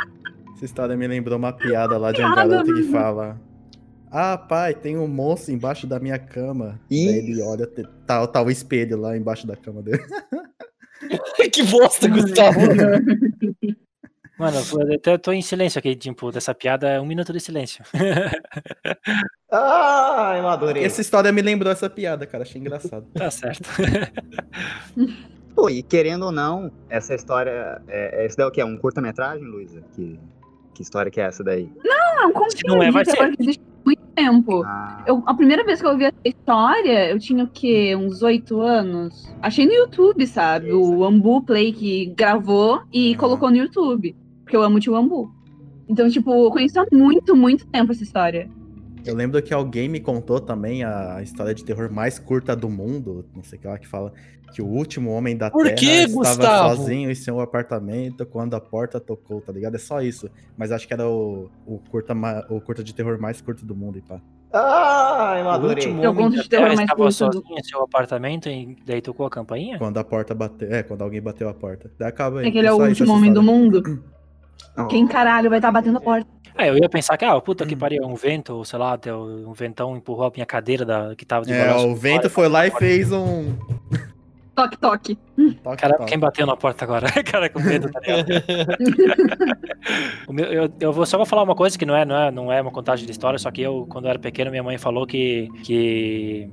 Essa história me lembrou uma piada lá de um Piada, garoto que mano. fala. Ah, pai, tem um monstro embaixo da minha cama. Daí ele Isso. olha, te- tá, tá o espelho lá embaixo da cama dele. que bosta, né? Gustavo. é Mano, eu até tô em silêncio aqui, tipo, dessa piada. Um minuto de silêncio. Ai, Ah, eu adorei. Essa história me lembrou essa piada, cara. Achei engraçado. Tá certo. Pô, e querendo ou não, essa história. É, é- isso daí é o quê? É um curta-metragem, Luísa? Que, que história que é essa daí? Não, é um continho, Se não é, vai gente, ser. agora que existe há muito tempo. Ah, Eu, a primeira vez que eu ouvi essa história, eu tinha o quê? Uns oito anos? Achei no YouTube, sabe? O Ambu Play que gravou e Uhum. colocou no YouTube. Porque eu amo o tio Ambu. Então, tipo, eu conheço há muito, muito tempo essa história. Eu lembro que alguém me contou também a história de terror mais curta do mundo, não sei o que lá, que fala que o último homem da Por Terra que, estava Gustavo? sozinho em seu apartamento quando a porta tocou, tá ligado? É só isso. Mas acho que era o, o, curta, ma- o curta de terror mais curto do mundo, e pá. Ah, é Ai, eu adorei. O último Eu Tipo, um homem conto da de terror Terra mais estava curto do- sozinho em seu apartamento e daí tocou a campainha? Quando a porta bateu. É, quando alguém bateu a porta. Daí acaba aí. É que ele é o só isso, último essa homem do história. mundo. Oh. Quem caralho vai estar batendo a porta? Ah, eu ia pensar que, ah, puta que pariu, um vento, ou sei lá, até um ventão empurrou a minha cadeira da, que tava de É, balanço o fora. vento foi lá e fez um. Toque, toque. Toque, Cara, toque. quem bateu na porta agora? [LAUGHS] Cara, com medo, [LAUGHS] tá ligado? O meu- eu, eu vou, só vou falar uma coisa que não é, não é, não é uma contagem de história, só que eu, quando eu era pequeno, minha mãe falou que. que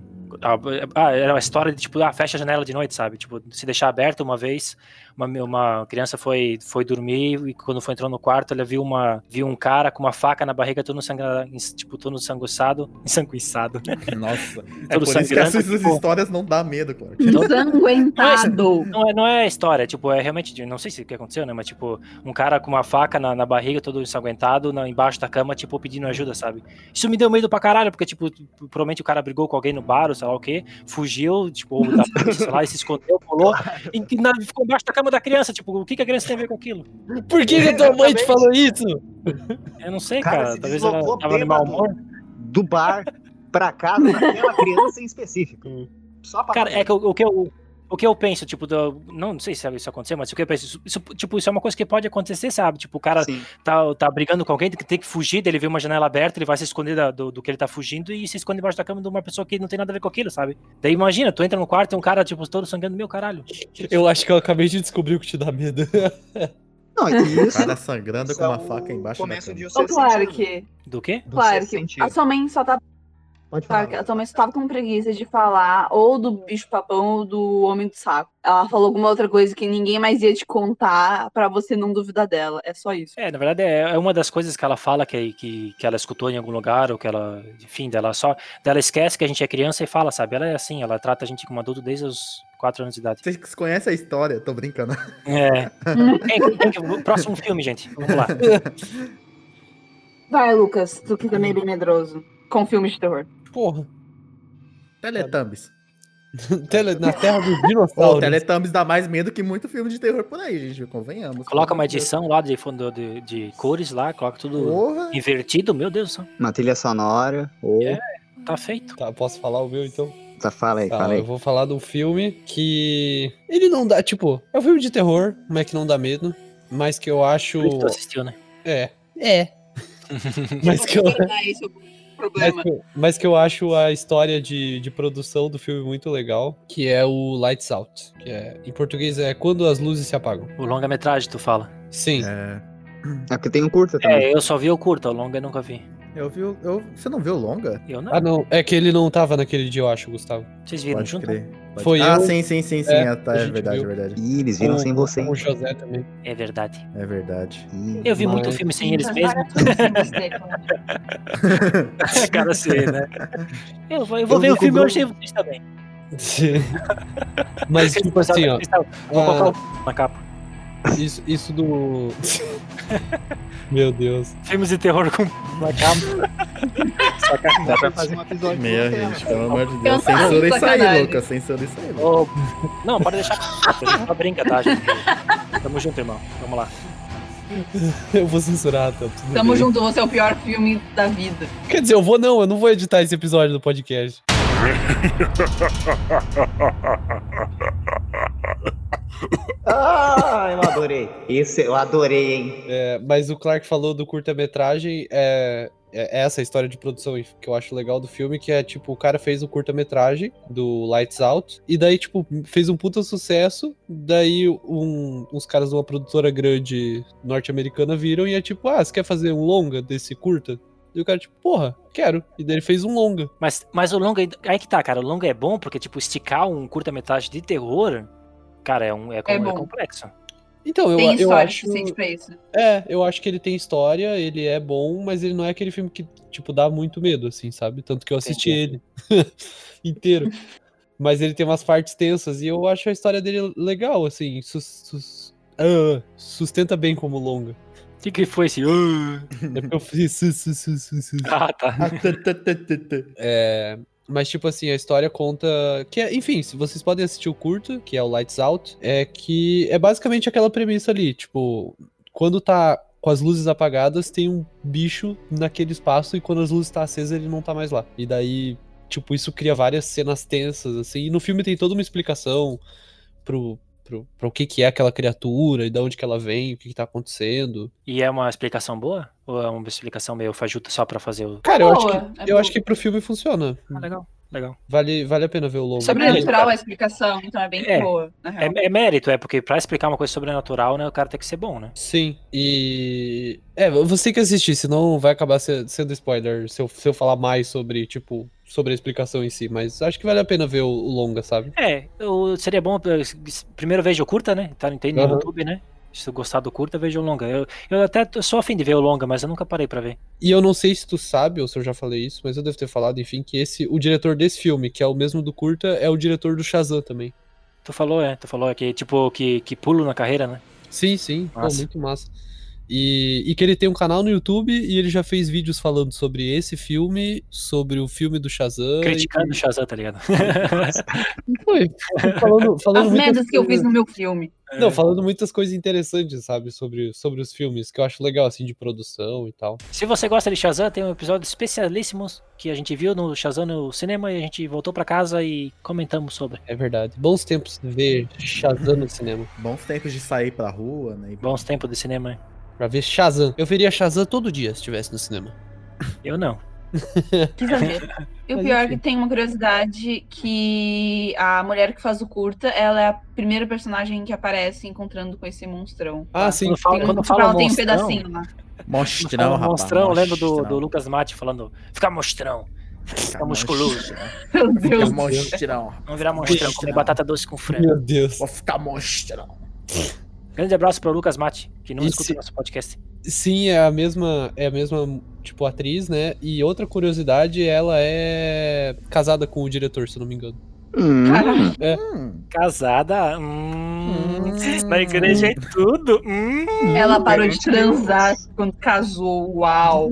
ah, era uma história de tipo, ah, fecha a janela de noite, sabe? Tipo, se deixar aberta uma vez, uma, uma criança foi, foi dormir e quando foi entrou no quarto, ela viu, uma, viu um cara com uma faca na barriga, todo ensangra, ens- tipo, todo [LAUGHS] ensanguçado, ensanguiçado, Nossa. É por todo isso que sangrando. essas tipo, histórias não dá medo, Clark. Então- Ensanguentado. Não é, não é história, tipo, é realmente, de- não sei se o que aconteceu, né, mas tipo, um cara com uma faca na, na barriga, todo ensanguentado, na, embaixo da cama, tipo, pedindo ajuda, sabe? Isso me deu medo pra caralho, porque, tipo, provavelmente o cara brigou com alguém no bar, ou sei lá o quê, fugiu, tipo, ou da polícia, sei lá, e se escondeu, pulou, e, e na- ficou embaixo da cama da criança, tipo, o que, que a criança tem a ver com aquilo? [LAUGHS] Por que, que a tua mãe te falou isso? Eu não sei, Cara, cara, se talvez ela deslocou tava de mau bêbado. humor. Do bar pra casa [LAUGHS] daquela criança em específico. Só pra Cara, é que o, o que eu. O que eu penso, tipo, do- não, não sei se isso aconteceu, mas o que eu penso, isso- isso, tipo, isso é uma coisa que pode acontecer, sabe? Tipo, o cara Sim. tá, tá brigando com alguém, que tem que fugir, daí ele vê uma janela aberta, ele vai se esconder da- do, do que ele tá fugindo e se esconde embaixo da cama de uma pessoa que não tem nada a ver com aquilo, sabe? Daí imagina, tu entra no quarto, tem um cara, tipo, todo sangrando, meu caralho. Eu acho que eu acabei de descobrir o que te dá medo. [LAUGHS] Não, [LAUGHS] e O isso. cara sangrando isso com é uma o faca embaixo da começo cama. de o Ô, seu Então, claro é sentido. que. Do quê? Do Claro sexto que. sentido. A sua mãe só tá Pode falar. Claro que ela também só tava com preguiça de falar ou do bicho-papão ou do homem do saco. Ela falou alguma outra coisa que ninguém mais ia te contar pra você não duvidar dela. É só isso. É, na verdade é, é uma das coisas que ela fala que, que, que ela escutou em algum lugar, ou que ela, enfim, dela só. Dela esquece que a gente é criança e fala, sabe? Ela é assim, ela trata a gente como adulto desde os 4 anos de idade. Vocês conhecem a história? Tô [LAUGHS] brincando. É. Quem- quem que- o próximo filme, gente. Vamos lá. Vai, Lucas, tu que também é bem medroso. Com filmes de terror. Porra. Teletubbies. Tele- Na terra dos Pô, o dinossauros. Teletubbies dá mais medo que muito filme de terror por aí, gente. Convenhamos. Coloca uma edição lá de fundo de, de cores lá, coloca tudo Porra! invertido, meu Deus do céu. Uma trilha sonora. Ou. É. Tá feito. Tá, posso falar o meu então? Tá, fala aí, Tá, fala eu aí. vou falar de um filme que. Ele não dá, tipo, é um filme de terror, como é que não dá medo, mas que eu acho. Por isso que tu assim. assistiu, né? É. [LAUGHS] É. mas, que eu, Esse é o mas, problema. que eu, mas que eu acho a história de, de produção do filme muito legal, que é o Lights Out. Que é, em português é Quando as Luzes Se Apagam. O longa-metragem, tu fala. Sim. É, É porque tem um curta também. É, eu só vi o curto, o longa eu nunca vi. eu vi. o- Eu, você não viu o Longa? Eu não. Ah, não. É que ele não tava naquele dia, eu acho, Gustavo. Vocês viram junto? Pode- Foi ah, eu- sim, sim, sim, sim. É, ah, tá, a é gente verdade, é viu. verdade. Ih, eles viram Com- sem você. Com o José também. [LAUGHS] É verdade. É verdade. Ih, Eu vi Mas- muito filme sem eles [LAUGHS] mesmos. né? [LAUGHS] Cara, sei, né? Eu vou, eu vou Eu ver vi o com filme o hoje e vocês também. mas, tipo assim, ó. Vocês tavam- Vou ah, colocar o na capa. Isso, [LAUGHS] isso do. Meu Deus. Filmes de terror com na capa. Dá pra fazer um episódio Meu, de uma gente, tela. pelo amor de Deus. Censura isso aí, Lucas. Censura isso aí, Lucas. Ô, Não, pode deixar. Só brinca, tá, gente? Tamo junto, irmão. Vamos lá. [LAUGHS] Eu vou censurar, tá? Tudo Tamo bem. junto, você é o pior filme da vida. Quer dizer, eu vou não, eu não vou editar esse episódio do podcast. Ah, eu adorei. Esse eu adorei, hein? É, mas o Clark falou do curta-metragem, é, é essa história de produção que eu acho legal do filme, que é tipo, o cara fez o curta-metragem do Lights Out, e daí, tipo, fez um puta sucesso, daí um- uns caras de uma produtora grande norte-americana viram e é tipo, ah, você quer fazer um longa desse curta? E o cara, tipo, porra, quero. E daí ele fez um longa. Mas, mas o longa. Aí que tá, cara. O longa é bom porque, tipo, esticar um curta-metragem de terror, cara, é, um, é, com- é bom. complexo. Então, eu, Tem eu história acho. suficiente pra isso. É, eu acho que ele tem história, ele é bom, mas ele não é aquele filme que, tipo, dá muito medo, assim, sabe? Tanto que eu assisti ele [LAUGHS] inteiro. Mas ele tem umas partes tensas e eu acho a história dele legal, assim, sus- sus- ah, sustenta bem como longa. O que, que foi esse? É porque eu fiz. sus- sus- sus- sus- sus. [LAUGHS] ah, tá. Ah, tã, tã, tã, tã, tã. É, mas, tipo assim, a história conta. que é- Enfim, se vocês podem assistir o curto, que é o Lights Out, é que é basicamente aquela premissa ali, tipo, quando tá com as luzes apagadas, tem um bicho naquele espaço e quando as luzes tá acesas, ele não tá mais lá. E daí, tipo, isso cria várias cenas tensas, assim. E no filme tem toda uma explicação pro. Pro, pro que que é aquela criatura e de onde que ela vem, o que que tá acontecendo. E é uma explicação boa? Ou é uma explicação meio fajuta só pra fazer o. Cara, eu acho Boa, que, é eu boa. acho que pro filme funciona. Ah, legal, legal. Vale, vale a pena ver o longo. Sobre é ele, natural cara. a explicação, então é bem É. boa. Na real. É, é mérito, é porque pra explicar uma coisa sobrenatural, né, o cara tem que ser bom, né? Sim, e. É, você tem que assistir, senão vai acabar se- sendo spoiler se eu, se eu falar mais sobre, tipo, sobre a explicação em si, mas acho que vale a pena ver o, o longa, sabe? É, eu- seria bom. eu- Primeiro vejo o curta, né? Tá, tem no Aham. YouTube, né? Se eu gostar do curta, vejo o longa. Eu, eu até tô- sou afim de ver o longa, mas eu nunca parei pra ver. E eu não sei se tu sabe ou se eu já falei isso, mas eu devo ter falado, enfim, que esse, o diretor desse filme, que é o mesmo do curta, é o diretor do Shazam também. Tu falou, é, tu falou que, tipo, que, que pulo na carreira, né? Sim, sim, pô, Massa. muito massa. E, e que ele tem um canal no YouTube e ele já fez vídeos falando sobre esse filme, sobre o filme do Shazam. e- Criticando o Shazam, tá ligado? [LAUGHS] Foi, [LAUGHS] falando, falando As muitas merdas que eu coisas. fiz no meu filme. Não, falando muitas coisas interessantes, sabe, sobre, sobre os filmes, que eu acho legal, assim, de produção e tal. Se você gosta de Shazam, tem um episódio especialíssimo que a gente viu no Shazam no cinema e a gente voltou pra casa e comentamos sobre. É verdade. Bons tempos de ver Shazam no cinema. Bons tempos de sair pra rua, né? e- Bons tempos de cinema. hein? Pra ver Shazam. Eu veria Shazam todo dia se estivesse no cinema. Eu não. Que exagero. [LAUGHS] E o Mas pior é enfim. que tem uma curiosidade que a mulher que faz o curta, ela é a primeira personagem que aparece encontrando com esse monstrão. Ah, sim. Quando fala, Tem um- quando tipo, fala ela tem um monstrão, pedacinho lá. [LAUGHS] quando Mostrão, fala rapaz. um monstrão, eu lembro do, mostrão. do Lucas Matti falando, fica monstrão, Fica musculoso. monstrão. Meu é Fica Deus. monstrão, rapaz. não virar monstrão, comer Monstrão. batata doce com [LAUGHS] frango. Meu Deus. Vou ficar monstrão. Grande abraço pro Lucas Matti, que não E escuta se- o nosso podcast. Sim, é a mesma, é a mesma, tipo, atriz, né? E outra curiosidade, ela é casada com o diretor, se eu não me engano. [LAUGHS] Caralho. Hum. Casada, hum, Hum. na igreja e tudo, hum. Ela parou de transar quando casou. Uau.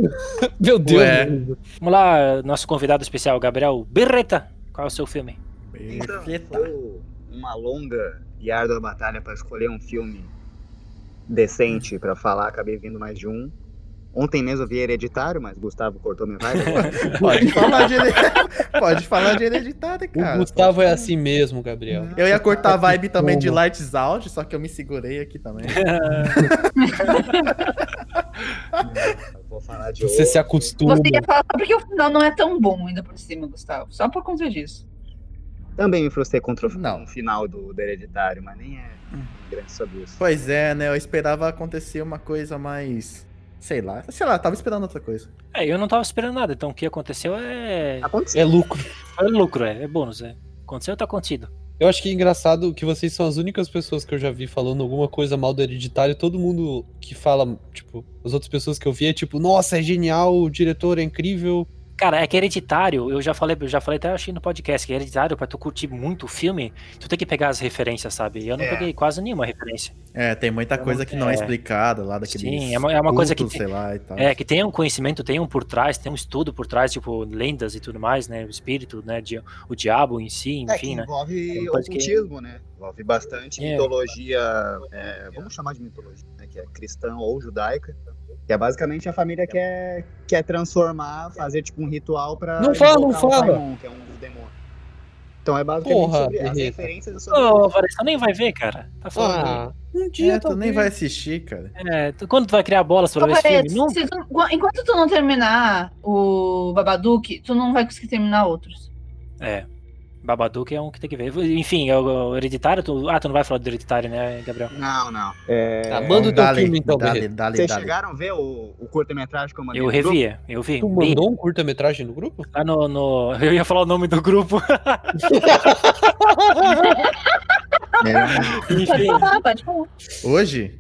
Meu Deus. Ué. meu Deus. Vamos lá, nosso convidado especial, Gabriel Berreta. Qual é o seu filme? Então, Eita. eu- uma longa e árdua batalha para escolher um filme decente para falar, acabei vindo mais de um. Ontem mesmo eu vi Hereditário, mas Gustavo cortou minha vibe. agora. [LAUGHS] Pode falar de hereditário. [LAUGHS] Pode falar de hereditário, O cara. Gustavo é assim mesmo, Gabriel. Eu ia cortar a vibe também de Toma. Lights Out, só que eu me segurei aqui [LAUGHS] também. Eu Vou falar de Você se outro. acostuma. Você ia falar porque o final não é tão bom ainda por cima, Gustavo. Só por conta disso. Também me frustrei contra o Não. Hum. o final do, do Hereditário, mas nem é grande sobre isso. Pois é, né? Eu esperava acontecer uma coisa mais. Sei lá. Sei lá, tava esperando outra coisa. É, eu não tava esperando nada, então o que aconteceu é, Aconteceu. É lucro. é lucro, é, é bônus, é. Aconteceu, tá acontecido. Eu acho que é engraçado que vocês são as únicas pessoas que eu já vi falando alguma coisa mal do hereditário. Todo mundo que fala, tipo, as outras pessoas que eu vi é tipo, nossa, é genial, o diretor é incrível. Cara, é que hereditário, eu já falei, eu já falei até achei no podcast, que hereditário, pra tu curtir muito o filme, tu tem que pegar as referências, sabe? Eu não É. peguei quase nenhuma referência. É, tem muita Então, Eu coisa não- que não é, é. explicada lá daquele. Sim, é uma- é uma coisa que tem- Sei lá e tal. É, que tem um conhecimento, tem um por trás, tem um estudo por trás, tipo, lendas e tudo mais, né? O espírito, né? Di- o diabo em si, É, que enfim, né? envolve Tem coisa que- ocultismo, né? Envolve bastante É. mitologia, é, vamos chamar de mitologia, né? Que é cristã ou judaica. Que é basicamente a família quer, quer é transformar, fazer tipo um ritual pra. Não fala, não invocar o fala. Paimon, que é um dos demônios. Então é basicamente Porra, sobre as Berreta. referências sobre. Ô, Varesta, nem vai ver, cara. Tá falando. Ah, um dia É, tu nem talvez. vai assistir, cara. É, tu- quando tu vai criar bolas pra ver esse Rapaz, filme? Não, se tu- enquanto tu Uhum. não terminar o Babadook, tu não vai conseguir terminar outros. É, Babadook é um que tem que ver. Enfim, é o o hereditário. tu- Ah, tu não vai falar do hereditário, né, Gabriel? Não, não. É, Tá, manda o teu Dale, filme então, dale, Berreto. dale, Vocês dale. chegaram a ver o, o curta-metragem que eu mandei? Eu no grupo? revi, eu vi. Tu Bem, mandou um curta-metragem no grupo? lá no, no- Eu ia falar o nome do grupo. [LAUGHS] É, Enfim, Pode falar, Ah, pode falar. Hoje?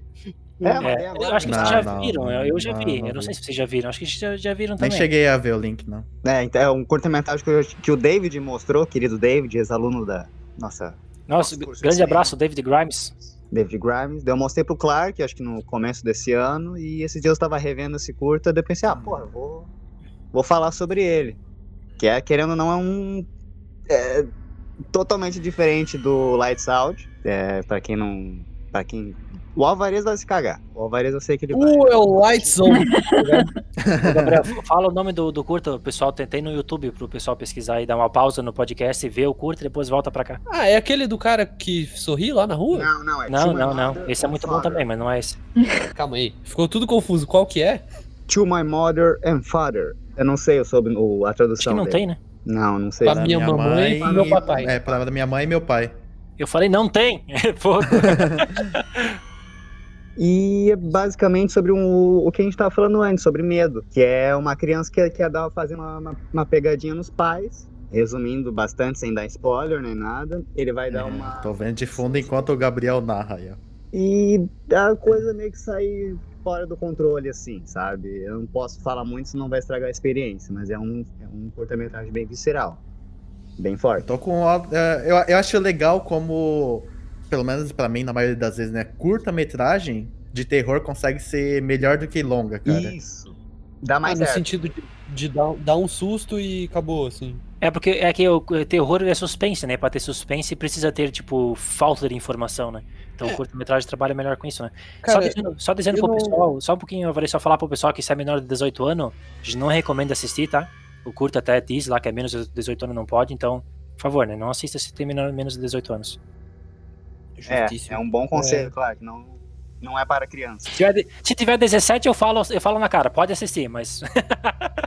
é, mas é, é eu agora. acho que Não, vocês já não, viram. não, eu eu já não, vi. não eu não sei vi. se vocês já viram. Acho que vocês já, já Tá viram Nem também. cheguei a ver o link, não. É, então, é um curta-metragem que, eu- que o David mostrou, querido David, ex-aluno da nossa Nossa, Nossa, curso de grande cinema. abraço, David Grimes. David Grimes. Daí Eu mostrei pro Clark, acho que no começo desse ano, e esses dias eu tava revendo esse curta, daí eu pensei, ah, porra, eu vou, vou falar sobre ele. Que é, querendo ou não, é um. é, totalmente diferente do Lights Out. É, pra quem não. para quem. O Alvarez vai se cagar. O Alvarez eu sei que ele vai. Uh, é o Lights On. Ô, Gabriel, [LAUGHS] fala o nome do, do curta, o pessoal tentei no YouTube pro pessoal pesquisar e dar uma pausa no podcast e ver o curta e depois volta pra cá. Ah, é aquele do cara que sorri lá na rua? Não, não, é Uh! Não, Two não, My não. Mother Esse é and muito bom Father. também, mas não é esse. Calma aí. Ficou tudo confuso. Qual que é? To My Mother and Father. Eu não sei sobre o, a Acho tradução que não dele. tem, né? Não, não sei. Pra Da minha, minha mamãe e pro mãe meu e- papai. É, pra da minha mãe e meu pai. Eu falei, não tem! [LAUGHS] É Pô, E é basicamente sobre um, o que a gente estava falando antes, sobre medo, que é uma criança que quer dar, fazer uma, uma- uma pegadinha nos pais, resumindo bastante, sem dar spoiler nem nada, ele vai dar uma. É, Tô vendo de fundo enquanto o Gabriel narra aí, ó. E a coisa meio que sair fora do controle, assim, sabe? Eu não posso falar muito, senão vai estragar a experiência, mas é um, é um curta-metragem bem visceral, bem Eu forte. tô com. ó, é, Eu, eu acho legal como, pelo menos pra mim, na maioria das vezes, né? Curta-metragem de terror consegue ser melhor do que longa, cara. Isso! Dá Ah, mais no certo. sentido de, de dar, dar um susto e acabou, assim. é porque é que o terror é suspense, né? Pra ter suspense precisa ter, tipo, falta de informação, né? É. Então o curta-metragem trabalha melhor com isso, né? só Cara, é dizendo, só dizendo eu pro não- pessoal, só um pouquinho, eu falei só falar pro pessoal que se é menor de 18 anos, a gente não recomenda assistir, tá? O curta até diz lá que é menos de 18 anos não pode, então, por favor, né? Não assista se tem menor, menos de 18 anos. É, justíssimo. é um bom conselho, claro, que não, não é para criança. Se tiver, de- se tiver 17, eu falo, eu falo na cara, pode assistir, mas. [LAUGHS]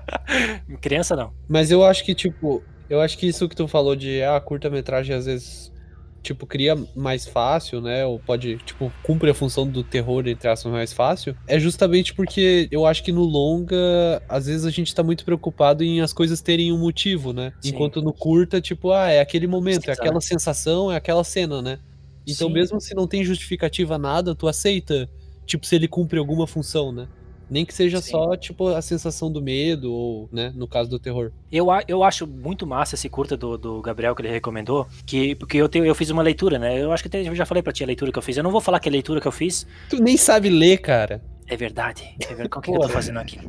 Criança não. Mas eu acho que, tipo, eu acho que isso que tu falou de ah, curta-metragem às vezes, tipo, cria mais fácil, né? Ou pode, tipo, cumpre a função do terror, entre aspas, mais fácil. É justamente porque eu acho que no longa, às vezes a gente tá muito preocupado em as coisas terem um motivo, né? Sim. Enquanto no curta, tipo, ah, é aquele momento, é Exato. aquela sensação, é aquela cena, né? Então, Sim. mesmo se não tem justificativa nada, tu aceita, tipo, se ele cumpre alguma função, né? Nem que seja Sim. só, tipo, a sensação do medo, ou, né, no caso do terror. Eu, a- eu acho muito massa esse curta do, do Gabriel que ele recomendou, que, porque eu, tenho, eu fiz uma leitura, né? Eu acho que até eu já falei pra ti a leitura que eu fiz. Eu não vou falar que a leitura que eu fiz, Tu nem sabe ler, cara. É verdade. É verdade. O que, que eu tô Porra. fazendo aqui?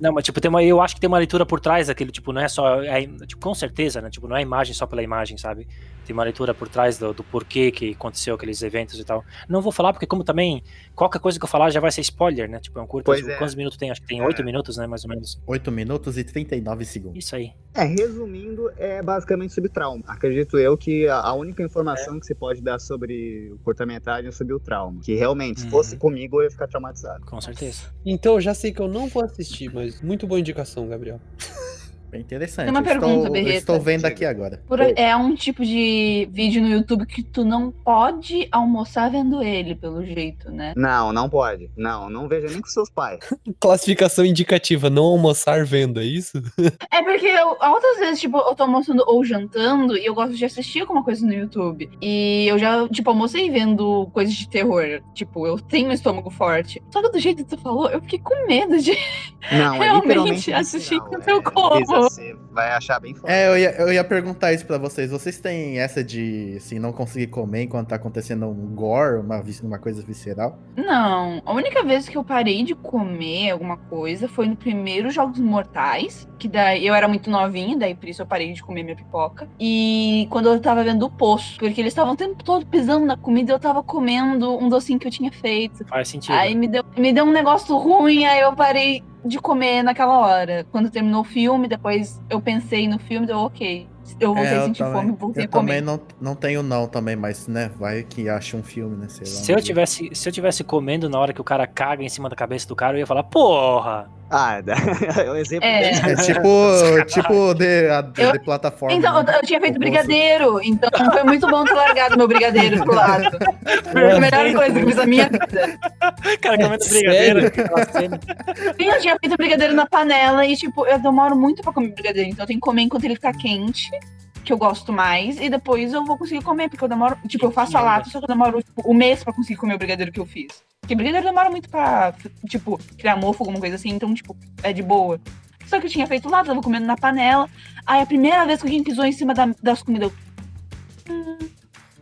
Não, mas tipo, tem uma, eu acho que tem uma leitura por trás daquilo, tipo, não é só. é, tipo, com certeza, né? Tipo, não é imagem só pela imagem, sabe? Tem uma leitura por trás do, do porquê que aconteceu aqueles eventos e tal. Não vou falar, porque como também qualquer coisa que eu falar já vai ser spoiler, né? Tipo, é um curto. Pois tipo, é. Quantos minutos tem? Acho que tem É. oito minutos, né? Mais ou menos. 8 minutos e 39 segundos. Isso aí. É, resumindo, é basicamente sobre trauma. Acredito eu que a, a única informação É. que se pode dar sobre o cortometragem é sobre o trauma. Que realmente, Uhum. se fosse comigo, eu ia ficar traumatizado. Com certeza. Então eu já sei que eu não vou assistir, mas muito boa indicação, Gabriel. Bem interessante. Tem uma Eu estou- pergunta, eu Berreta. estou vendo Diga. aqui agora. Por- é um tipo de vídeo no YouTube que tu não pode almoçar vendo ele, pelo jeito, né? Não, não pode. Não, não veja nem com seus pais. Classificação indicativa, não almoçar vendo, é isso? É porque eu, outras vezes, tipo, eu tô almoçando ou jantando e eu gosto de assistir alguma coisa no YouTube. E eu já, tipo, almocei vendo coisas de terror. Tipo, eu tenho um estômago forte. Só que do jeito que tu falou, eu fiquei com medo de. Não, é Realmente, literalmente assisti visceral, com teu é, corpo. Você vai achar bem forte. É, eu ia, eu ia perguntar isso pra vocês. Vocês têm essa de, assim, não conseguir comer enquanto tá acontecendo um gore, uma, vis- uma coisa visceral? Não, a única vez que eu parei de comer alguma coisa foi no primeiro Jogos Mortais, que daí eu era muito novinha, daí por isso eu parei de comer minha pipoca. E quando eu tava vendo o poço, porque eles estavam o tempo todo pisando na comida, eu tava comendo um docinho que eu tinha feito. Faz sentido. Aí me deu, me deu um negócio ruim, aí eu parei de comer naquela hora. Quando terminou o filme, depois eu pensei no filme, deu ok. Eu voltei É, a eu sentir também- fome, voltei a Eu também comer. não, não tenho não também, mas, né, vai que acha um filme, né, sei lá. Se um eu, dia. tivesse, se eu tivesse comendo na hora que o cara caga em cima da cabeça do cara, eu ia falar, porra! Ah, [LAUGHS] dá- é um exemplo. É. bem- É [LAUGHS] tipo, tipo de, a, de plataforma. né? Então, eu, eu tinha feito brigadeiro, então foi muito bom ter largado meu brigadeiro pro lado. Foi É [LAUGHS] a melhor coisa que eu fiz na [LAUGHS] minha vida. Cara, comendo Sério? brigadeiro. aquela cena. Sim, eu tinha feito brigadeiro na panela e, tipo, eu demoro muito pra comer brigadeiro, então eu tenho que comer enquanto ele ficar quente, que eu gosto mais, e depois eu vou conseguir comer, porque eu demoro. Tipo, eu faço a lata, só que eu demoro tipo, um mês pra conseguir comer o brigadeiro que eu fiz. Porque brigadeiro demora muito pra, tipo, criar mofo, alguma coisa assim, então, tipo, é de boa. Só que eu tinha feito lá, tava comendo na panela. Aí a primeira vez que alguém pisou em cima da- das comidas, eu. Hum,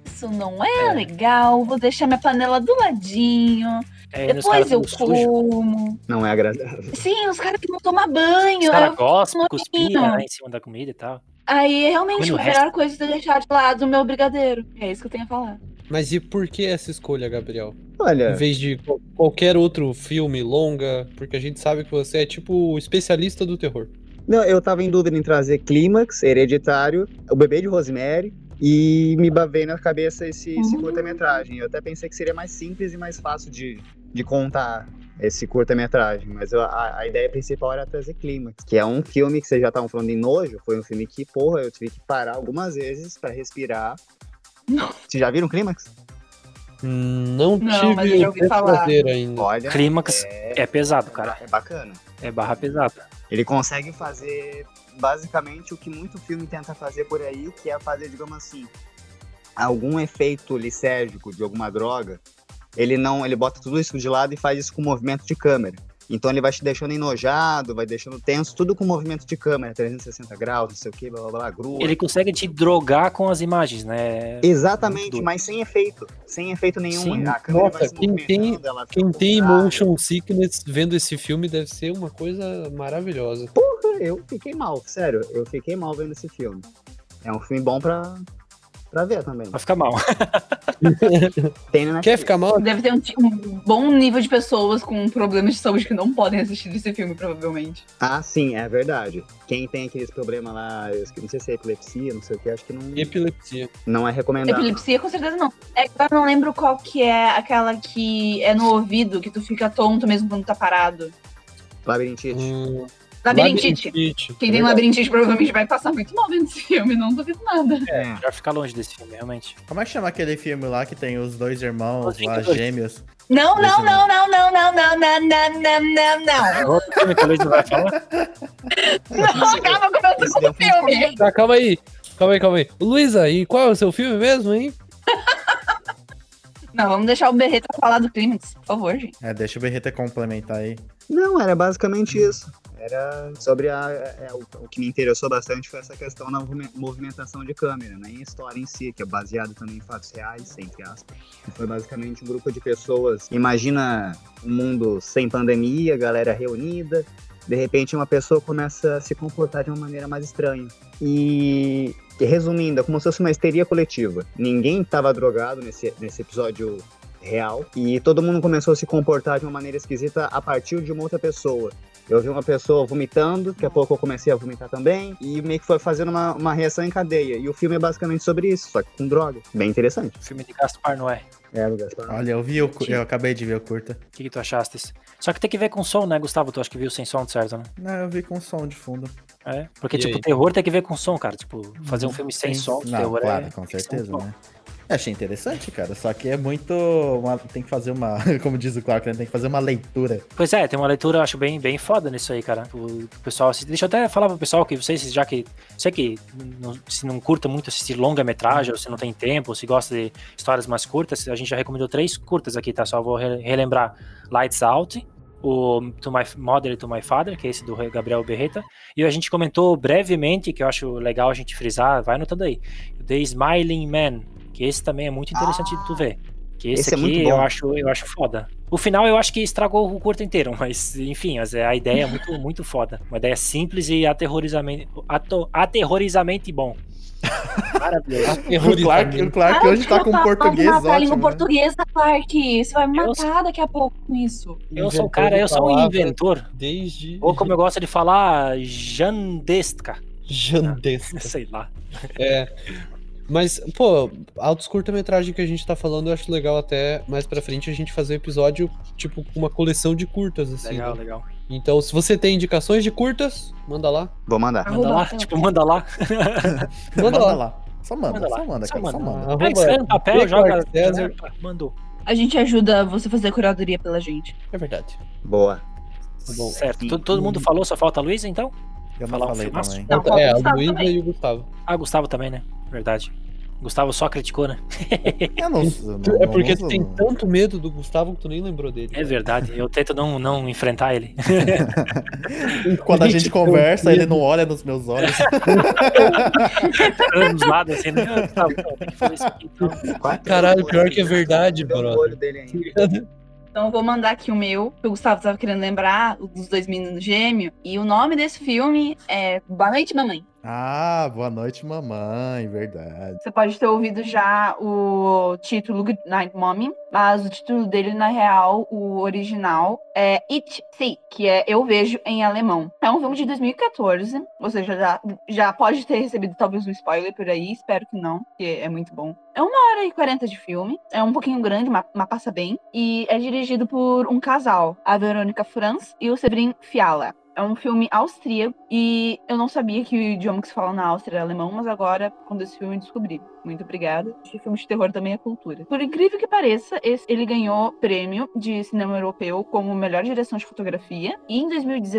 isso não é, legal, vou deixar minha panela do ladinho, É, nos depois caras eu ficam sujos. como. Não é agradável. Sim, os caras que não tomam banho. Aí, Os caras eu- gostam, não. assim, cuspia né, em cima da comida e tal. aí realmente Olha o foi a resto. melhor coisa de deixar de lado o meu brigadeiro. É isso que eu tenho a falar. Mas e por que essa escolha, Gabriel? Em Olha, vez de qual- qualquer outro filme, longa, porque a gente sabe que você é tipo o especialista do terror. não, eu tava em dúvida em trazer Clímax, Hereditário, O Bebê de Rosemary e me bavei na cabeça esse, esse Hum. curta-metragem. Eu até pensei que seria mais simples e mais fácil de, de contar esse curta-metragem, mas eu- a, a ideia principal era trazer Clímax, que é um filme que vocês já estavam falando em nojo, foi um filme que, porra, eu tive que parar algumas vezes pra respirar. Vocês já viram Clímax? Não, Não, mas eu tive já o ouvi falar. prazer ainda. Olha, Clímax é, é pesado, cara. é bacana. É barra pesada. Ele consegue fazer basicamente o que muito filme tenta fazer por aí, que é fazer, digamos assim, algum efeito lisérgico de alguma droga. Ele não, ele bota tudo isso de lado e faz isso com movimento de câmera. Então ele vai te deixando enojado, vai deixando tenso, tudo com movimento de câmera, 360 graus, não sei o que, blá blá blá, grua. Ele consegue te drogar com as imagens, né? Muito Exatamente, doido. mas sem efeito, sem efeito nenhum. Sim. A câmera Nossa, vai se quem tem- movimentando, ela fica Quem Ah. tem contrária. motion sickness vendo esse filme deve ser uma coisa maravilhosa. eu fiquei mal, sério, eu fiquei mal vendo esse filme. É um filme bom pra, pra ver também. Vai ficar mal. Tem na Quer Netflix. ficar mal? Deve ter um, ti- um bom nível de pessoas com problemas de saúde que não podem assistir esse filme, provavelmente. Ah, sim, é verdade. Quem tem aqueles problemas lá, eu esque- não sei se é epilepsia, não sei o que, acho que não, Epilepsia. não é recomendado. Epilepsia, com certeza não. É que eu não lembro qual que é aquela que é no ouvido, que tu fica tonto mesmo quando tá parado. Labirintite. Hum, Labirintite. labirintite. Tá Quem tem labirintite provavelmente vai passar muito mal vendo esse filme, não duvido nada. É. Melhor ficar longe desse filme, realmente. Como é que chama aquele filme lá que tem os dois Os irmãos lá, Vingadores. gêmeos? Não, não, Pois é. não, não, não, não, não, não, não, não, não, não. É outro filme que a Luiz não vai [LAUGHS] falar. Não, acaba com o meu segundo filme. Tá, calma aí. Calma aí, calma aí. Luísa, e qual é o seu filme mesmo, hein? Não, vamos deixar o Berreta falar do Clímax, por favor, gente. É, deixa o Berreta complementar aí. Não, era basicamente isso. Era sobre a. é, o, o que me interessou bastante foi essa questão na movi- movimentação de câmera, né? Em história em si, que é baseado também em fatos reais, entre aspas. Foi basicamente um grupo de pessoas. Imagina um mundo sem pandemia, galera reunida. De repente, uma pessoa começa a se comportar de uma maneira mais estranha. E, e resumindo, é como se fosse uma histeria coletiva. Ninguém estava drogado nesse, nesse episódio real. E todo mundo começou a se comportar de uma maneira esquisita a partir de uma outra pessoa. Eu vi uma pessoa vomitando, daqui a pouco eu comecei a vomitar também, e meio que foi fazendo uma, uma reação em cadeia. E o filme é basicamente sobre isso, só que com droga. Bem interessante. Filme de Gaspar Noé. É, Lucas. pra- Olha, eu vi o, cu- eu acabei de ver o curta. O que, que tu achaste? Só que tem que ver com som, né, Gustavo? Tu acha que viu sem som, certo, né? Não, eu vi com som de fundo. É. Porque, E tipo, aí? terror tem que ver com som, cara. Tipo, fazer um filme sem som, de Não, terror claro, é. com tem que ser certeza, um som. né? Eu achei interessante, cara. Só que é muito. uma- tem que fazer uma. [LAUGHS] Como diz o Clark, né? tem que fazer uma leitura. Pois é, tem uma leitura, eu acho, bem, bem foda nisso aí, cara. O o pessoal assiste- Deixa eu até falar pro pessoal que vocês, já que. Sei que não- se não curta muito assistir longa-metragem, ou se não tem tempo, ou se gosta de histórias mais curtas, a gente já recomendou três curtas aqui, tá? Só vou re- relembrar Lights Out, o To My Mother e To My Father, que é esse do Gabriel Berreta. E a gente comentou brevemente, que eu acho legal a gente frisar, vai anotando aí. The Smiling Man, que esse também é muito interessante de tu ver. Que esse, Ah, Esse é aqui muito bom. eu acho, eu acho foda. O final eu acho que estragou o curto inteiro, [LAUGHS] mas enfim, mas é- a ideia é muito, muito foda. Uma ideia simples e aterrorizamente, ato- [LAUGHS] aterrorizamente bom. Maravilhoso. O Clark, o Clark hoje tá com um português matar a língua ótimo. né? portuguesa, Clark. Você vai me Eu matar daqui a pouco com isso. Eu sou o cara, eu sou um inventor. Desde Ou como eu gosto de falar, jandesca. Jandesca. [LAUGHS] Sei lá. É. Mas, pô, altos curta-metragem que a gente tá falando, eu acho legal até mais pra frente a gente fazer um episódio, tipo, com uma coleção de curtas, assim. Legal, né? legal. Então, se você tem indicações de curtas, manda lá. Vou mandar. Manda lá, tipo, manda lá. Manda lá. Só manda, Manda lá. só manda, Só cara, só manda. manda. Arroba Ah, escreve no papel, Beco joga. César. Mandou. A gente ajuda você a fazer a curadoria pela gente. É verdade. Boa. Tá bom. Certo. To- Todo mundo falou, só falta a Luísa, então? Eu não Falar um falei filmaço? também. Não, Falta- é, falta o a Gustavo Luísa também. e o Gustavo. Ah, Gustavo também, né? Verdade. Gustavo só criticou, né? Eu não, eu Tu- não- é não porque uso- tu tem tanto medo do Gustavo que tu nem lembrou dele. É verdade. Eu tento não, não enfrentar ele. Quando a gente Gente, conversa, eu- ele não olha nos meus olhos. Olhando dos lados, assim. Não, Gustavo, não, tem que fazer isso aqui, então. Quatro Caralho, olhos. pior que é verdade, Deu brother. o olho dele ainda. Então eu vou mandar aqui o meu, que o Gustavo tava querendo lembrar, o dos dois meninos gêmeos. E o nome desse filme é Boa Noite, Mamãe. ah, boa noite, mamãe, verdade. Você pode ter ouvido já o título Good Night Mommy, mas o título dele, na real, o original, é It See, que é Eu Vejo em alemão. É um filme de 2014, ou seja, já, já pode ter recebido talvez um spoiler por aí, espero que não, porque é muito bom. É uma hora e 40 de filme, é um pouquinho grande, mas, mas passa bem, e é dirigido por um casal, a Verônica Franz e o Severin Fiala. É um filme austríaco e eu não sabia que o idioma que se fala na Áustria era alemão, mas agora, quando esse filme, eu descobri. Muito obrigada. Esse filme de terror também é cultura. Por incrível que pareça, esse- ele ganhou prêmio de cinema europeu como melhor direção de fotografia. E em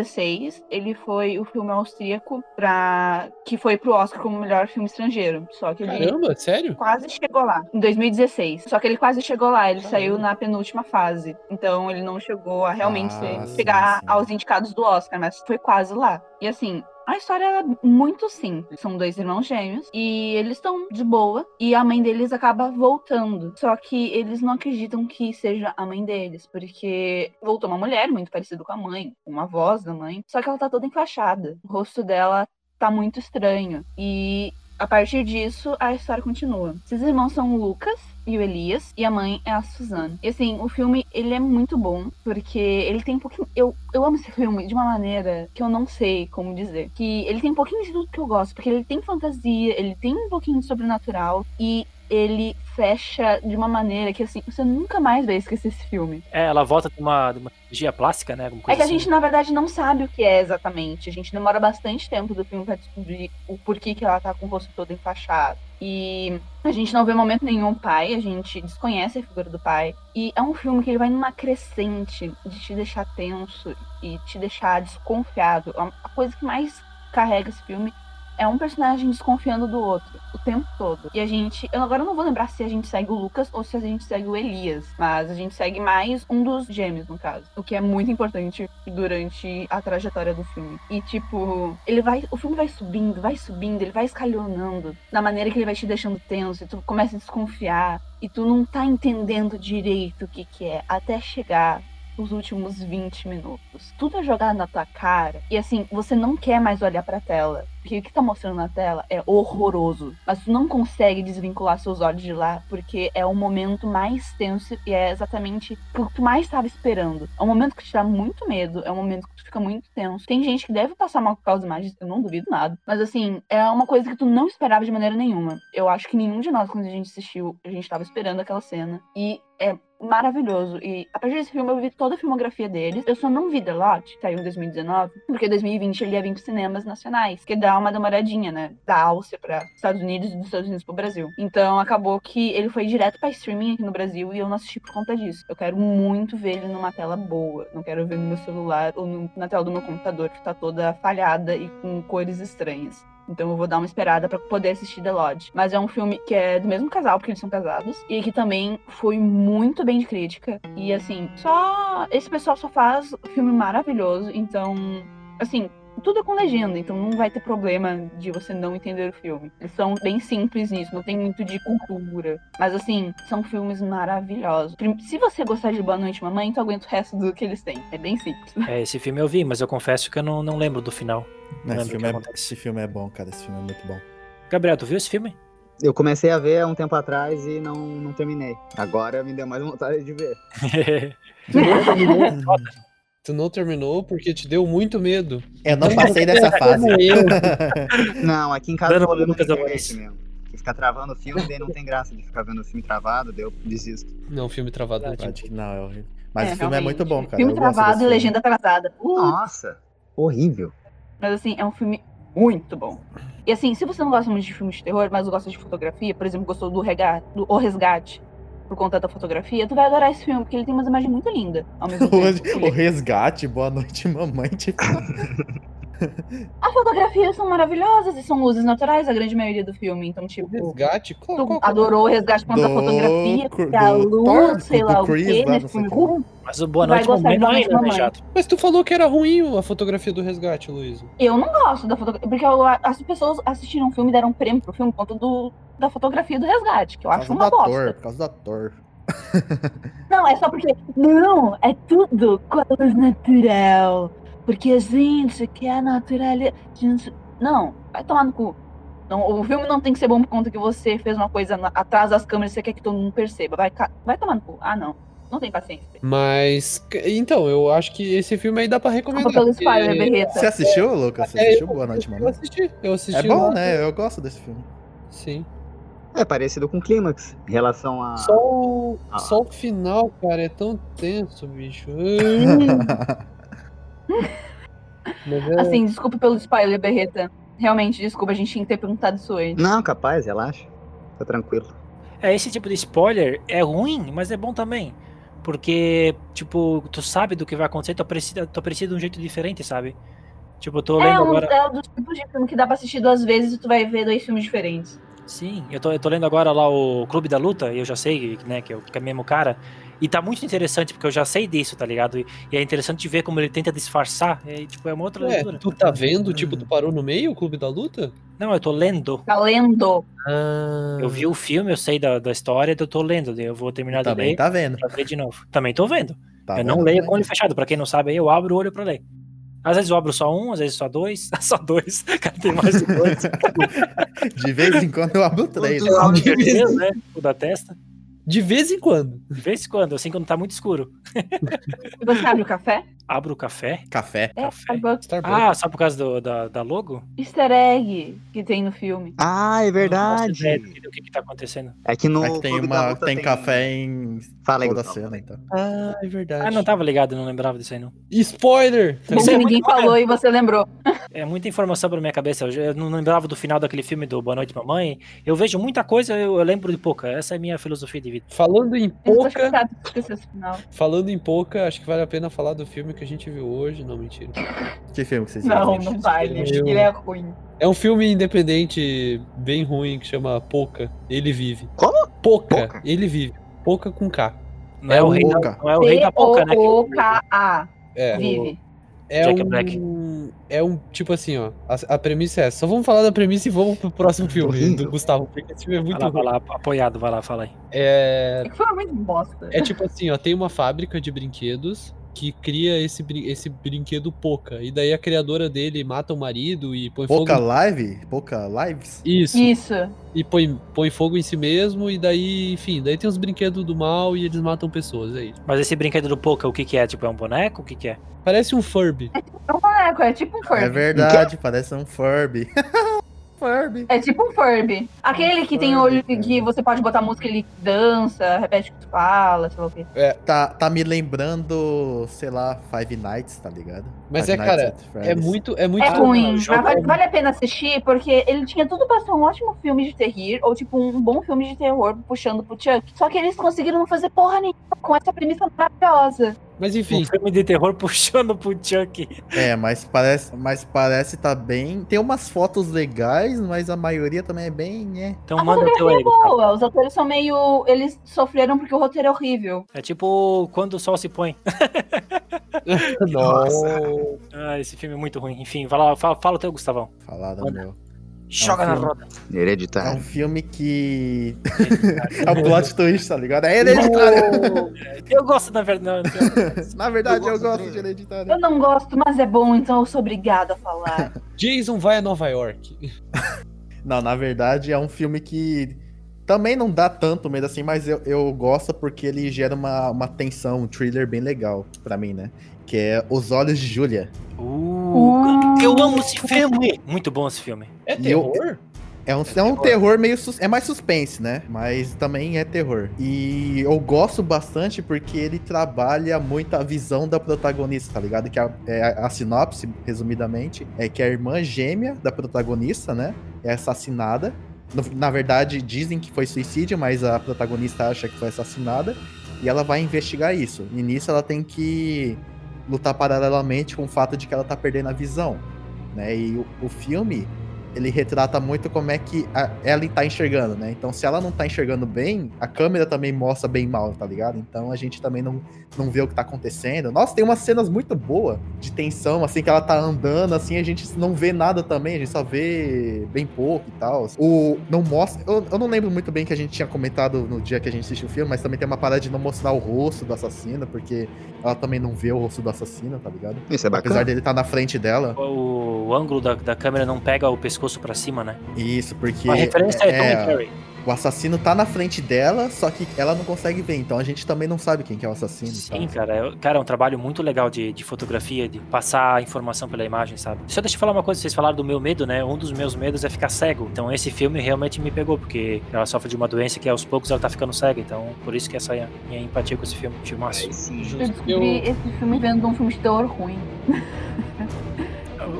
2016, ele foi o filme austríaco pra... que foi pro Oscar como melhor filme estrangeiro. Só que ele [LAUGHS] Caramba, sério? quase chegou lá, em 2016. Só que ele quase chegou lá, ele Caramba. saiu na penúltima fase. Então ele não chegou a realmente Ah, ser- sim, chegar sim. aos indicados do Oscar, mas foi quase lá. E assim. A história é muito simples. São dois irmãos gêmeos e eles estão de boa e a mãe deles acaba voltando. Só que eles não acreditam que seja a mãe deles, porque voltou uma mulher muito parecida com a mãe, com uma voz da mãe, só que ela tá toda enfaixada. O rosto dela tá muito estranho e a partir disso, a história continua. Esses irmãos são o Lucas e o Elias, e a mãe é a Suzana. E assim, o filme, ele é muito bom, porque ele tem um pouquinho... Eu, eu amo esse filme de uma maneira que eu não sei como dizer. Que ele tem um pouquinho de tudo que eu gosto, porque ele tem fantasia, ele tem um pouquinho de sobrenatural, e ele fecha de uma maneira que, assim, você nunca mais vai esquecer esse filme. É, ela volta de uma, de uma cirurgia plástica, né? Alguma É coisa que a assim. gente, na verdade, não sabe o que é exatamente. A gente demora bastante tempo do filme pra descobrir o porquê que ela tá com o rosto todo enfaixado. E a gente não vê em momento nenhum o pai, a gente desconhece a figura do pai. E é um filme que ele vai numa crescente de te deixar tenso e te deixar desconfiado. É A a coisa que mais carrega esse filme é um personagem desconfiando do outro o tempo todo. E a gente. Eu agora não vou lembrar se a gente segue o Lucas ou se a gente segue o Elias. Mas a gente segue mais um dos gêmeos, no caso. O que é muito importante durante a trajetória do filme. E tipo, ele vai. O filme vai subindo, vai subindo, ele vai escalonando. Da maneira que ele vai te deixando tenso. E tu começa a desconfiar. E tu não tá entendendo direito o que, que é. Até chegar os últimos 20 minutos. Tudo é jogado na tua cara e assim, você não quer mais olhar pra tela, porque o que tá mostrando na tela é horroroso, mas tu não consegue desvincular seus olhos de lá, porque é o momento mais tenso e é exatamente o que tu mais estava esperando. É um momento que te dá muito medo, é um momento que tu fica muito tenso. Tem gente que deve passar mal por causa das imagens, eu não duvido nada, mas assim, é uma coisa que tu não esperava de maneira nenhuma. Eu acho que nenhum de nós quando a gente assistiu, a gente tava esperando aquela cena e é maravilhoso. E a partir desse filme eu vi toda a filmografia deles. Eu só não vi The Lot, que saiu em 2019, porque em 2020 ele ia vir pros cinemas nacionais, que dá uma demoradinha, né? Da Áustria para Estados Unidos e dos Estados Unidos pro Brasil. Então acabou que ele foi direto pra streaming aqui no Brasil e eu não assisti por conta disso. Eu quero muito ver ele numa tela boa. Não quero ver no meu celular ou no- na tela do meu computador, que tá toda falhada e com cores estranhas. Então eu vou dar uma esperada pra poder assistir The Lodge. Mas é um filme que é do mesmo casal, porque eles são casados. E que também foi muito bem de crítica. E assim, só. Esse pessoal só faz filme maravilhoso. Então, assim, tudo é com legenda. Então não vai ter problema de você não entender o filme. Eles são bem simples nisso, não tem muito de cultura. Mas assim, são filmes maravilhosos. Prim- Se você gostar de Boa Noite Mamãe, então aguenta o resto do que eles têm. É bem simples. É, esse filme eu vi, mas eu confesso que eu não, não lembro do final. Não, esse, Lembra o filme que é, acontece. esse filme é bom, cara. Esse filme é muito bom. Gabriel, tu viu esse filme? [LAUGHS] Eu comecei a ver há um tempo atrás e não, não terminei. Agora me deu mais vontade de ver. Tu não terminou porque te deu muito medo. Eu não passei dessa fase. é Como eu. Não, aqui em casa Dando eu vou olhando Lucas na internet Amorim. mesmo. Porque ficar travando o filme, daí não tem graça de ficar vendo o filme travado, daí eu desisto. Não, filme travado. não Verdade. tinha. Acho que Não, é horrível. Mas É, o filme é realmente. muito bom, cara. filme eu gosto travado desse e filme. legenda atrasada. Ah, Uh, Nossa, horrível. mas assim, é um filme muito bom. E assim, se você não gosta muito de filmes de terror, mas gosta de fotografia, por exemplo, gostou do, rega- do O Resgate por conta da fotografia, tu vai adorar esse filme, porque ele tem umas imagens muito lindas ao mesmo tempo. [LAUGHS] O, o Ele- resgate, boa noite, mamãe. Tipo, As fotografias são maravilhosas e são luzes naturais, a grande maioria do filme. Então, tipo, Resgate? Qual, tu qual- qual- adorou o resgate quanto a é Do- fotografia, do porque a luz, Thor, sei do lá o Chris, quê, lá, né? não Tipo, sei qual. uh, Mas o Boa Vai Noite gostar de Mamãe não Boa Noite, ainda, né, Mamãe. Jato? Mas tu falou que era ruim a fotografia do resgate, Luiz. eu não gosto da fotografia, porque eu- as pessoas assistiram o filme e deram prêmio pro filme por conta do, da fotografia do resgate, que eu por acho causa uma do ator, bosta. por causa do ator. Não, é só porque. Não, é tudo com a luz natural. Porque a gente quer naturalidade. Gente, não, vai tomar no cu. Não, o filme não tem que ser bom por conta que você fez uma coisa na- atrás das câmeras e você quer que todo mundo perceba. Vai, ca- vai tomar no cu. Ah, não. Não tem paciência. Mas, c- então, eu acho que esse filme aí dá pra recomendar. Culpa pelo porque- spoiler, é Berreta. Você assistiu, Lucas? Você É, assistiu eu- Boa Noite, Eu mamãe? assisti, eu assisti. né? É bom, lá. né? Eu gosto desse filme. Sim. É parecido com o Clímax, em relação a. Só o, Ah. só o final, cara, é tão tenso, bicho. Mas é- Assim, desculpa pelo spoiler, Berreta. Realmente, desculpa, a gente tinha que ter perguntado isso antes. Não, capaz, relaxa. Tá tranquilo. É, esse tipo de spoiler é ruim, mas é bom também. Porque, tipo, tu sabe do que vai acontecer, tu aprecia, tu aprecia de um jeito diferente, sabe? Tipo, eu tô lendo É um, agora. é um dos tipos de filme que dá pra assistir duas vezes e tu vai ver dois filmes diferentes. Sim, eu tô, eu tô lendo agora lá o Clube da Luta, e eu já sei, né, que é o que é o mesmo cara. E tá muito interessante, porque eu já sei disso, tá ligado? E, e é interessante ver como ele tenta disfarçar. É, tipo, é uma outra Ué, leitura. tu tá vendo, tipo, tu parou no meio, o Clube da Luta? Não, eu tô lendo. Tá lendo. Ah. Eu vi o filme, eu sei da, da história, eu tô lendo. Eu vou terminar de Também ler tá vendo. pra ver de novo. Também tô vendo. Tá eu vendo não leio também. com o olho fechado. Pra quem não sabe, aí eu abro o olho pra ler. Às vezes eu abro só um, às vezes só dois, [LAUGHS] só dois. Cara, tem mais de dois. De vez em quando eu abro três. Eu abro o terceiro, né? O da testa. De vez em quando. De vez em quando, assim quando tá muito escuro. E Você abre o café? Abro o café. Café. É, Café. Starbucks. Starbucks. Ah, só por causa do- da, da logo? Easter egg que tem no filme. Ah, é Não verdade. faço ideia do que- do que, que tá acontecendo. É que no. É que tem, Clube da uma, Luta tem, café em Fala aí, toda a Gustavo. cena, então. Ah, é verdade. Ah, não tava ligado, não lembrava disso aí, não. Spoiler! Bom, Isso é que ninguém muito bom, falou e você lembrou. É muita informação pra minha cabeça. Eu já- Eu não lembrava do final daquele filme do Boa Noite Mamãe. Eu vejo muita coisa, eu, eu lembro de pouca. Essa é a minha filosofia de vida. Falando em Eu tô pouca, chateado que esqueceu esse final. falando em pouca, acho que vale a pena falar do filme que a gente viu hoje. Não, mentira. Que filme que vocês Não, viram? não vale. Eu- Ele é ruim. É um filme independente bem ruim que chama Pouca, Ele Vive. Como? Pouca, Pouca? Ele Vive. Pouca com K. Não é, É o o rei da, Oca. não é o rei da pouca, né? que- T-O-O-K-A. É. Vive. É Jack um, Black. é um tipo assim, ó. A, a premissa é essa. Só vamos falar da premissa e vamos pro próximo filme Horrível. do Gustavo, porque esse filme é Vai muito lá, vai ruim. lá, apoiado, vai lá, fala aí. É, É que foi muito bosta. é tipo assim, ó. Tem uma fábrica de brinquedos que cria esse, brin- esse brinquedo Pouca. E daí a criadora dele mata o marido e põe Pouca fogo. live? Pouca lives? Isso. Isso. e põe, põe fogo em si mesmo, e daí, enfim, daí tem os brinquedos do mal e eles matam pessoas, é isso. Mas esse brinquedo do Poca, o que que é? Tipo, é um boneco? O que que é? Parece um Furby. É um boneco, é tipo um É Furby. verdade, parece um Furby. [LAUGHS] Furby. É tipo um Furby. Aquele que tem Furby, olho cara. que você pode botar música, ele dança, repete o que tu fala, sei lá o quê. Tá, tá me lembrando, sei lá, Five Nights, tá ligado? Mas Five é, cara, Nights at É Freddy's. muito, é muito. É ruim, mas joga vale, um- vale a pena assistir, porque ele tinha tudo pra ser um ótimo filme de terror, ou tipo um bom filme de terror puxando pro Chuck. Só que eles conseguiram não fazer porra nenhuma com essa premissa maravilhosa. Mas Um [LAUGHS] enfim, filme de terror puxando pro Chuck. É, mas parece, mas parece tá bem. Tem umas fotos legais, mas a maioria também é bem, né? Então A manda o teu fotografia é aí. Gustavo. boa, os atores são meio. Eles sofreram porque o roteiro é [LAUGHS] horrível. É tipo quando o sol se põe. não. Ah, esse filme é muito ruim. Enfim, vai lá, fala, fala o teu, Gustavão. Falar do Olha. meu. Joga na filme. roda. É um Hereditário. filme que. [LAUGHS] é o plot twist, tá ligado? É hereditário. Oh, eu gosto, na verdade. Na verdade, eu Eu gosto gosto de né? dele. hereditário. Eu não gosto, mas é bom, então eu sou obrigada a [LAUGHS] falar. Jason vai a Nova York. Não, na verdade, é um filme que também não dá tanto medo assim, mas eu, eu gosto porque ele gera uma, uma tensão, um thriller bem legal pra mim, né? Que é Os Olhos de Júlia. Oh. Uh, eu amo esse filme. Muito bom esse filme. É E eu- terror? É um, é um terror meio. sus- É mais suspense, né? Mas também é terror. E eu gosto bastante porque ele trabalha muito a visão da protagonista, tá ligado? Que a, é a- a sinopse, resumidamente, é que a irmã gêmea da protagonista, né? É assassinada. No- Na verdade, dizem que foi suicídio, mas a protagonista acha que foi assassinada. E ela vai investigar isso. E nisso ela tem que lutar paralelamente com o fato de que ela tá perdendo a visão. Né? E o- o filme, ele retrata muito como é que a- ela tá enxergando, né? Então, se ela não tá enxergando bem, a câmera também mostra bem mal, tá ligado? Então, a gente também não, não vê o que tá acontecendo. Nossa, tem umas cenas muito boas de tensão, assim, que ela tá andando, assim, a gente não vê nada também, a gente só vê bem pouco e tal. O não mostra... Eu, eu não lembro muito bem que a gente tinha comentado no dia que a gente assistiu o filme, mas também tem uma parada de não mostrar o rosto do assassino, porque ela também não vê o rosto do assassino, tá ligado? Isso é Apesar bacana. dele estar tá na frente dela. O, o ângulo da, da câmera não pega o pescoço pra cima, né? Isso, porque... Uma referência é, Tom and Jerry. O assassino tá na frente dela, só que ela não consegue ver, então a gente também não sabe quem que é o assassino. Sim, tá? cara. É, cara, é um trabalho muito legal de, de fotografia, de passar a informação pela imagem, sabe? Só deixa eu falar uma coisa, vocês falaram do meu medo, né? Um dos meus medos é ficar cego. Então esse filme realmente me pegou, porque ela sofre de uma doença que aos poucos ela tá ficando cega. Então por isso que essa é a minha empatia com esse filme. Filmaço. Aí sim. Eu descobri esse filme vendo um filme de terror ruim.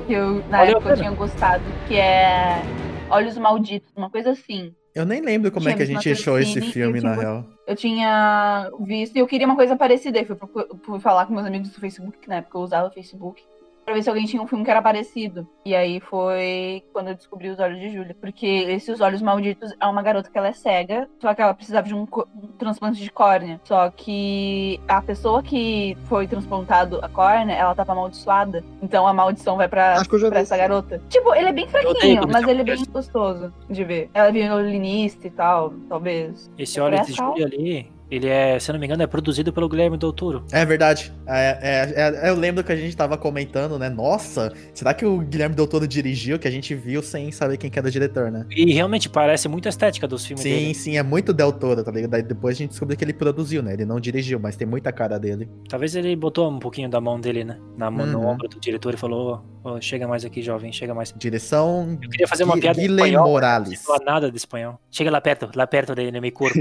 que eu, na Valeu a época, eu pena. tinha gostado, que é Olhos Malditos, uma coisa assim. Eu nem lembro como é que a James gente achou esse Matrosini, filme, eu na tinha real. Eu tinha visto e eu queria uma coisa parecida. Eu fui, procu- fui falar com meus amigos do Facebook, que na época eu usava o Facebook, pra ver se alguém tinha um filme que era parecido. E aí foi quando eu descobri Os Olhos de Júlia. Porque esse Os Olhos Malditos é uma garota que ela é cega, só que ela precisava de um, co- um transplante de córnea. Só que a pessoa que foi transplantado a córnea, ela tava amaldiçoada. Então a maldição vai pra, Acho que eu já vi. pra essa garota. Tipo, ele é bem odeio fraquinho, quando mas isso ele é bem acontece. gostoso de ver. Ela é violinista e tal, talvez. Esse Olhos de Engraçado. Júlio ali, ele é, se eu não me engano, é produzido pelo Guilherme Del Toro. É verdade. É, é, é, eu lembro que a gente tava comentando, né? Nossa, será que o Guilherme Del Toro dirigiu? Que a gente viu sem saber quem que era o diretor, né? E realmente parece muito a estética dos filmes Sim, dele. sim, é muito Del Toro, tá ligado? Daí depois a gente descobriu que ele produziu, né? Ele não dirigiu, mas tem muita cara dele. Talvez ele botou um pouquinho da mão dele, né? Na mão, no Uhum. ombro do diretor e falou: "Ô, ô, chega mais aqui, jovem, chega mais. Direção. Eu queria fazer uma Gui- piada em Guilherme espanhol, Não Morales. sei falar nada de espanhol. Chega lá perto, lá perto dele, no meu [LAUGHS] corpo.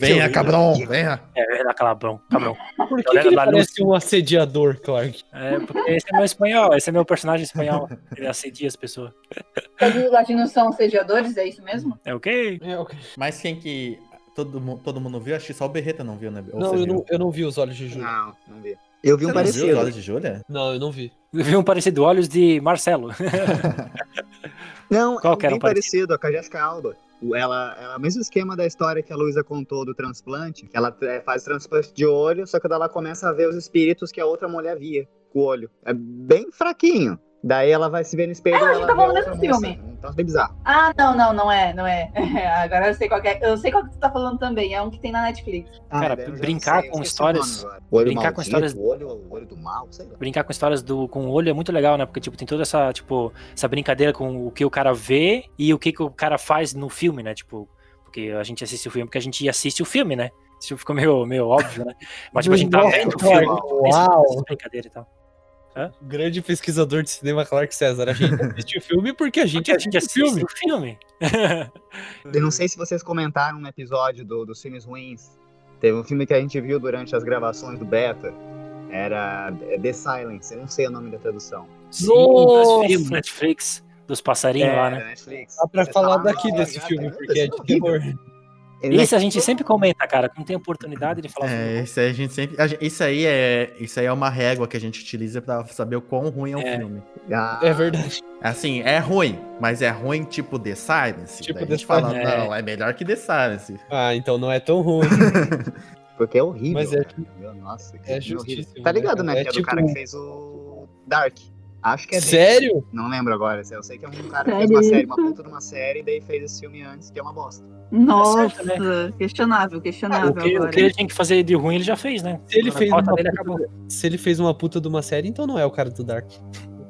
Venha, horrível. cabrão, venha. é, lá, cabrão, cabrão. Por que, Galera que ele da luz. parece um assediador, Clark? É, porque esse é meu espanhol, esse é meu personagem espanhol. Ele assedia as pessoas. Todos os latinos são sediadores, é isso mesmo? É ok? Mas quem que. Todo, mu- todo mundo viu? Acho que só o Berreta não viu, né? Ou Não você eu, viu? não, eu não vi os olhos de Júlia. Não, não vi. Eu vi Você não viu um Os parecido. Olhos de Júlia? Não, eu não vi. Eu vi um parecido Olhos de Marcelo. Não, Qual que é era bem o parecido? parecido, ó, com a Jessica Alba. O- Ela, ela, o mesmo esquema da história que a Luísa contou do transplante. que Ela é, faz transplante de olho, só que daí ela começa a ver os espíritos que a outra mulher via com o olho. É bem fraquinho. Daí ela vai se ver no espelho e gente ela tá vê a falando outra desse moça. filme. Então é bem bizarro. Ah, não, não, não é, não é. [LAUGHS] Agora eu sei qual que é. Eu sei qual que tu tá falando também, é um que tem na Netflix. Cara, Ah, daí eu já brincar não sei, eu com esqueci o nome histórias- agora. O olho brincar com maldito, histórias- O olho, o olho do mal, sei lá. Brincar com histórias do, com o olho é muito legal, né? Porque, tipo, tem toda essa, tipo, essa brincadeira com o que o cara vê e o que, que o cara faz no filme, né? Tipo, porque a gente assiste o filme porque a gente assiste o filme, né? Isso ficou meio, meio óbvio, né? Mas, tipo, a gente tá Nossa, vendo o Clark, filme. uau. Essa brincadeira e tal. Grande pesquisador de cinema, Clark César. A gente assiste o filme porque a gente Porque a gente assiste o filme. assiste o filme. [LAUGHS] Eu não sei se vocês comentaram um episódio do, dos filmes ruins. Teve um filme que a gente viu durante as gravações do Beta. Era é The Silence, eu não sei o nome da tradução. Sim, Nossa. dos filmes Netflix, dos passarinhos lá, né? da Netflix. Dá pra Vocês falar falaram, daqui "Ah, desse já filme, tá porque é [LAUGHS] vendo? de terror. É, Ele Esse a gente sempre comenta, cara, quando tem oportunidade de falar É, filme. isso aí a gente sempre. a gente- isso, aí é, isso aí é uma régua que a gente utiliza pra saber o quão ruim é um É. filme. Ah, É verdade. Assim, é ruim, mas é ruim tipo The Silence. Tipo Daí a The gente fala, Silence. não, é melhor que The Silence. Ah, então não é tão ruim. Porque é horrível. Mas é- cara. Meu, Nossa, que É horrível. justíssimo, Tá ligado, né, né? cara? que é É do tipo cara que um- fez o Dark. Acho que é dele. Sério? Não lembro agora. Eu sei que é um cara que fez uma Sério? série, uma puta de uma série, e daí fez esse filme antes, que é uma bosta. Nossa, questionável, questionável Ah, O que, o que ele tinha que fazer de ruim, ele já fez, né? Se ele, Na fez pauta uma dele puta, acabou. se ele fez uma puta de uma série, então não é o cara do Dark.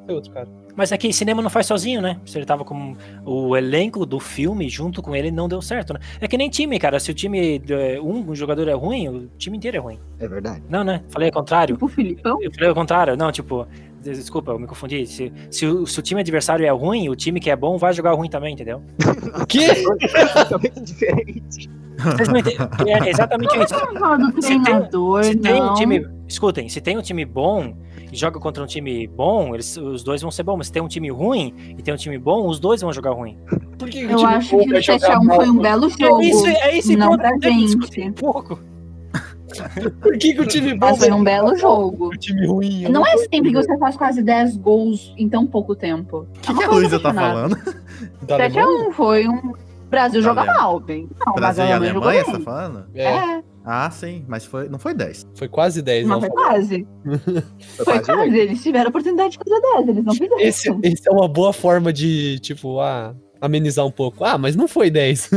foi outro cara. Mas é que cinema não faz sozinho, né? Se ele tava com o elenco do filme junto com ele, não deu certo, né? É que nem time, cara. Se o time, é, um, um jogador é ruim, o time inteiro é ruim. É [LAUGHS] verdade. Não, né? Falei ao contrário. Tipo, O Filipão? Eu falei ao contrário. Não, tipo, des- desculpa, eu me confundi. Se, se o, se o time adversário é ruim, o time que é bom vai jogar ruim [LAUGHS] também, entendeu? Que? Totalmente diferente. Vocês não entendem. É exatamente isso. Não vou falar do Se tem- um treinador, Se tem não. um time. Escutem, se tem um time bom e joga contra um time bom, eles, os dois vão ser bons. Mas se tem um time ruim e tem um time bom, os dois vão jogar ruim. Por que que o Eu time acho bom que o vai jogar 7x1 mal? foi um belo jogo. É isso, é esse não ponto pra que tem que discutir gente. um [LAUGHS] pouco. Por que que o time bom Mas é, foi um vai belo jogar mal? jogo. O time ruim. eu Não é sempre que você faz quase 10 gols em tão pouco tempo. O que, que a Luísa tá falando? Da Alemanha? 7x1 foi um. Brasil joga Alemanha. mal, bem. Não, Brasil e mas é a Alemanha Alemanha, você jogou tá bem. falando? É, Ah, sim, mas foi, não foi 10. foi quase 10, É, mas não. foi quase. Foi Foi quase um oito. quase. Eles tiveram a oportunidade de fazer 10, eles não fizeram. Esse, esse é uma boa forma de, tipo, ah, amenizar um pouco. Ah, mas não foi 10.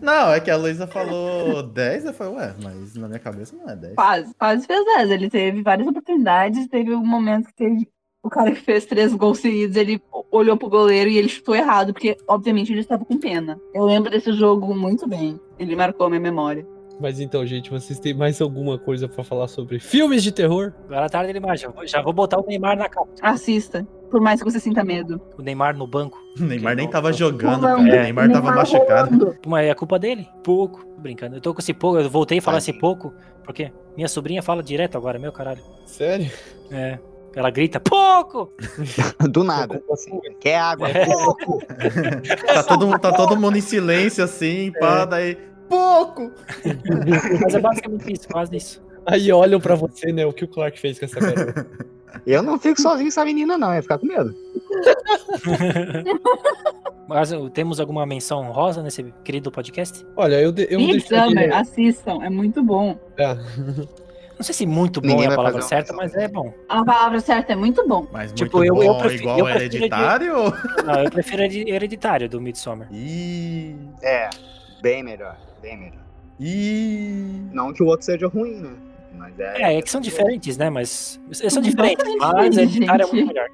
Não, é que a Luísa falou [LAUGHS] 10, eu falei, ué, mas na minha cabeça não é 10. Quase, quase fez 10. Ele teve várias oportunidades. Teve um momento que teve o cara que fez três gols seguidos. Ele olhou pro goleiro e ele chutou errado, porque obviamente ele estava com pena. Eu lembro desse jogo muito bem. Ele marcou a minha memória. [LAUGHS] Mas então, gente, vocês têm mais alguma coisa pra falar sobre filmes de terror? Agora à tarde ele mais. Já vou, já vou botar o Neymar na capa. Assista, por mais que você sinta medo. O Neymar no banco. O [LAUGHS] Neymar nem tava jogando, cara. Rolando, O É, Neymar tava Neymar machucado. rolando. Mas é culpa dele? Pouco. Tô Brincando. Eu tô com esse pouco. Eu voltei a falar esse pouco, porque minha sobrinha fala direto agora, meu caralho. Sério? É. Ela grita, pouco! Do nada. Assim, um quer água? É. Pouco! Tá todo, mundo- tá todo mundo em silêncio, assim, pá, daí... Pouco! Mas é basicamente isso, quase isso. Aí olham pra você, né? O que o Clark fez com essa [LAUGHS] garota. Eu não fico sozinho com essa menina, não. Ia ficar com medo. Mas uh, temos alguma menção honrosa nesse querido podcast? Olha, eu, de, eu Beat deixei aqui- né, Summer, assistam, é muito bom. Ah, Não sei se muito bom Ninguém é a vai palavra fazer uma certa, menção mas é bom. A palavra certa é muito bom. Mas Tipo, muito eu- bom, eu prefiro- igual eu prefiro de- hereditário? Não, Ah, eu [LAUGHS] prefiro heredi- hereditário do Midsommar. Ih... É, bem melhor. Bem melhor. Ih... Não que o outro seja ruim, né? Mas é. É, é que são diferentes, né? Mas. eles São Não, diferentes, não é mas diferente, hereditário é gente. muito melhor.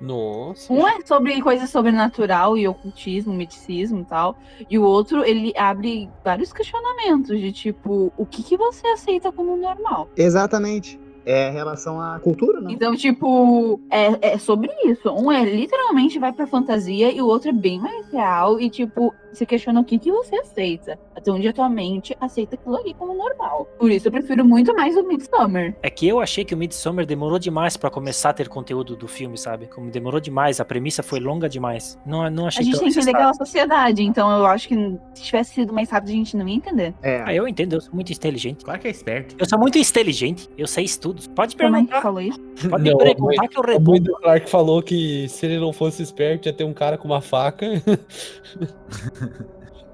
Nossa. Um é sobre coisa sobrenatural e ocultismo, misticismo e tal. E o outro, ele abre vários questionamentos de tipo, o que, que você aceita como normal? Exatamente. É relação à cultura, né? Então, tipo, é, é sobre isso. Um é literalmente vai pra fantasia e o outro é bem mais real. E, tipo, você questiona o que, que você aceita. Até onde a tua mente aceita aquilo ali como normal. Por isso eu prefiro muito mais o Midsummer. É que eu achei que o Midsommar demorou demais pra começar a ter conteúdo do filme, sabe? Como demorou demais, a premissa foi longa demais. Não, não achei A gente tão tem que entender necessário. aquela sociedade. Então eu acho que se tivesse sido mais rápido, a gente não ia entender. É. Ah, eu entendo, eu sou muito inteligente. Claro que é esperto. Eu sou muito inteligente, eu sei estudos. Pode Como é que perguntar, falou isso? pode me Não, perguntar que eu O respondo. mãe do Clark falou que se ele não fosse esperto, ia ter um cara com uma faca. [LAUGHS]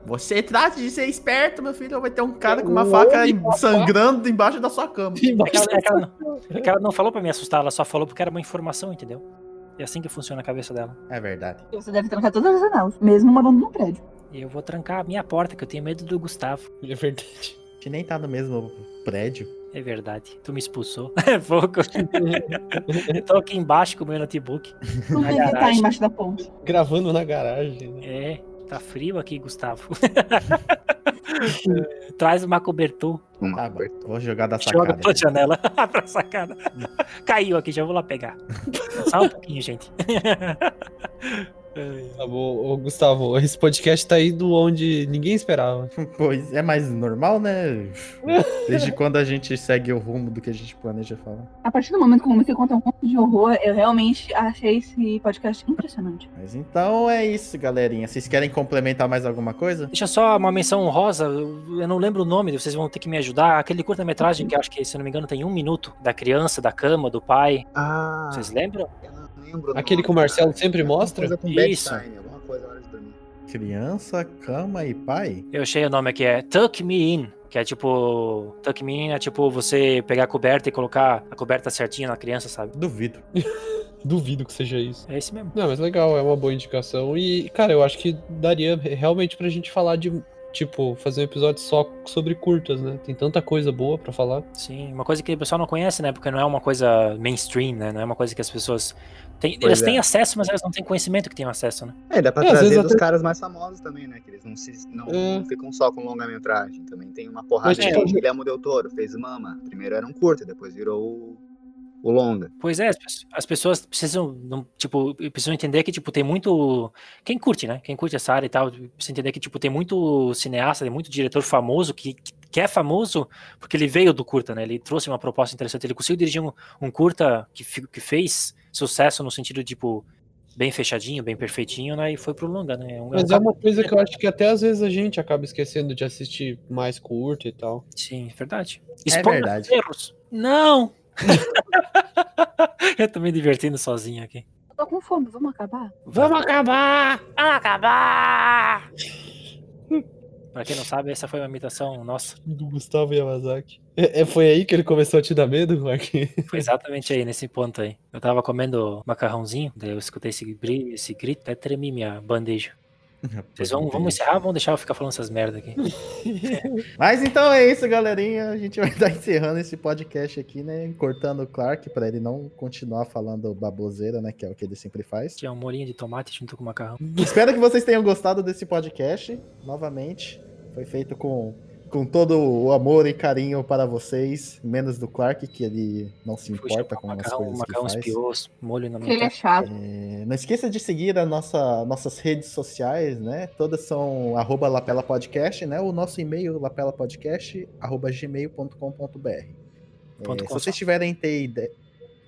Você trata de ser esperto, meu filho, ou vai ter um cara com Um uma faca homem com uma sangrando embaixo da sua cama. É que, ela, é que ela não, é que ela não falou pra me assustar, ela só falou porque era uma informação, entendeu? É assim que funciona a cabeça dela. É verdade. Você deve trancar todas as janelas, mesmo morando num prédio. E eu vou trancar a minha porta, que eu tenho medo do Gustavo. É [LAUGHS] verdade. A gente nem tá no mesmo prédio. É verdade. Tu me expulsou. [LAUGHS] É pouco. eu tô aqui embaixo com o meu notebook. Tudo Na tem que estar garagem. embaixo da ponte. Gravando na garagem. né? É, tá frio aqui, Gustavo. Traz uma cobertor. Uma Tá bom. Vou jogar da joga sacada. pela janela. [LAUGHS] pra sacada. Caiu aqui, já vou lá pegar. Só um pouquinho, gente. Tá bom, ô, Gustavo, esse podcast tá indo onde ninguém esperava. Pois é mais normal, [LAUGHS] né? Desde quando a gente segue o rumo do que a gente planeja falar. A partir do momento que eu comecei a contar um conto de horror, eu realmente achei esse podcast impressionante. Mas então é isso, galerinha. Vocês querem complementar mais alguma coisa? Deixa só uma menção honrosa, eu eu não lembro o nome, vocês vão ter que me ajudar. Aquele curta-metragem que eu acho que, se eu não me engano, tem um minuto, da criança, da cama, do pai. Ah, Vocês lembram? eu não lembro. o Aquele nome, que o Marcelo cara. sempre Alguma mostra? Coisa com bad Isso. Time, alguma coisa na hora de dormir. Criança, cama e pai? Eu achei o nome aqui, é Tuck Me In. Que é tipo. Tuck Me In é tipo você pegar a coberta e colocar a coberta certinha na criança, sabe? Duvido. Duvido que seja isso. É esse mesmo. Não, mas legal, é uma boa indicação. E, cara, eu acho que daria realmente pra gente falar de tipo, fazer um episódio só sobre curtas, né? Tem tanta coisa boa pra falar. Sim, uma coisa que o pessoal não conhece, né? Porque não é uma coisa mainstream, né? Não é uma coisa que as pessoas. Têm... Pois Elas é. têm acesso, mas elas não têm conhecimento que têm acesso, né? É, dá pra É, às trazer vezes dos até- caras mais famosos também, né? Que eles não, se, não, É. não ficam só com longa-metragem. Também tem uma porrada Mas, de tipo, gente. Guilherme Del Toro fez Mama. Primeiro era um curto, depois virou o, o longa. Pois é, as pe- as pessoas precisam, não- tipo, precisam entender que, tipo, tem muito... Quem curte, né? Quem curte essa área e tal, precisa entender que, tipo, tem muito cineasta, tem muito diretor famoso que, que é famoso porque ele veio do curta, né? Ele trouxe uma proposta interessante, ele conseguiu dirigir um, um curta que, fi- que fez sucesso no sentido, tipo, bem fechadinho, bem perfeitinho, né? E foi pro longa, né? Um- Mas é uma coisa que eu acho que até às vezes a gente acaba esquecendo de assistir mais curto e tal. Sim, é verdade. É Exponha verdade. erros. Não! [LAUGHS] eu tô me divertindo sozinho aqui. Eu tô com fome, vamos acabar? Vamos acabar! Vamos acabar! pra quem não sabe, essa foi uma imitação nossa. Do Gustavo Yamazaki. É, é- foi aí que ele começou a te dar medo, Mark? Foi exatamente aí, nesse ponto aí. Eu tava comendo macarrãozinho, daí eu escutei esse, bri- esse grito, até tremi minha bandeja. Vocês vão, vamos encerrar ou vão deixar eu ficar falando essas merda aqui? Mas então é isso, galerinha. A gente vai [LAUGHS] estar encerrando esse podcast aqui, né? Cortando o Clark pra ele não continuar falando baboseira, né? Que é o que ele sempre faz. Tinha um molhinho de tomate junto com macarrão. Espero que vocês tenham gostado desse podcast. Novamente, foi feito com, com todo o amor e carinho para vocês, menos do Clark, que ele não se importa Puxa, com as macarrão, coisas que macarrão faz. espiou, molho na Porque ele minha é chato. É, Não esqueça de seguir as nossa, nossas redes sociais, né? Todas são arroba lapela podcast, né? O nosso e-mail lapelapodcast, arroba gmail.com.br. Ponto É, se com vocês só. tiverem ter ideia...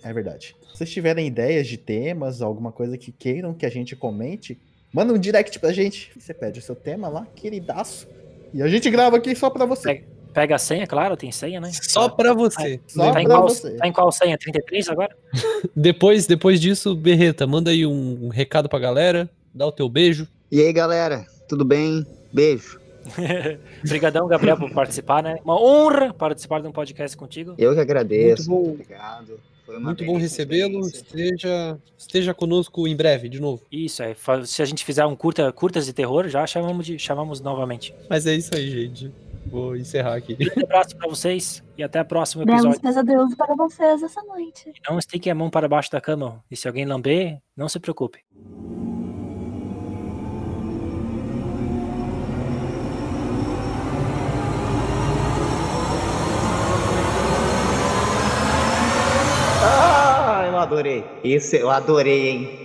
É verdade. Se vocês tiverem ideias de temas, alguma coisa que queiram que a gente comente, manda um direct pra gente. Você pede o seu tema lá, queridaço. E a gente grava aqui só pra você. É, Pega a senha, claro, tem senha, né? Só pra você. Só tá, em pra qual, você. tá em qual senha? 33 agora? [LAUGHS] Depois, depois disso, Berreta, manda aí um recado pra galera, dá o teu beijo. E aí, galera? Tudo bem? Beijo. Obrigadão, Gabriel, por participar, né? Uma honra participar de um podcast contigo. Eu que agradeço. Muito bom. Muito obrigado. Foi uma Muito bom belíssima recebê-lo. experiência. Esteja, esteja conosco em breve, de novo. Isso, é, fa- se a gente fizer um curta, curtas de terror, já chamamos, de, chamamos novamente. Mas é isso aí, gente. Vou encerrar aqui. Um abraço pra vocês e até o próximo Belos episódio. pesadelos para vocês essa noite. Não estiquem a mão para baixo da cama. E se alguém lamber, não se preocupe. Ah, eu adorei. Isso, eu adorei, hein?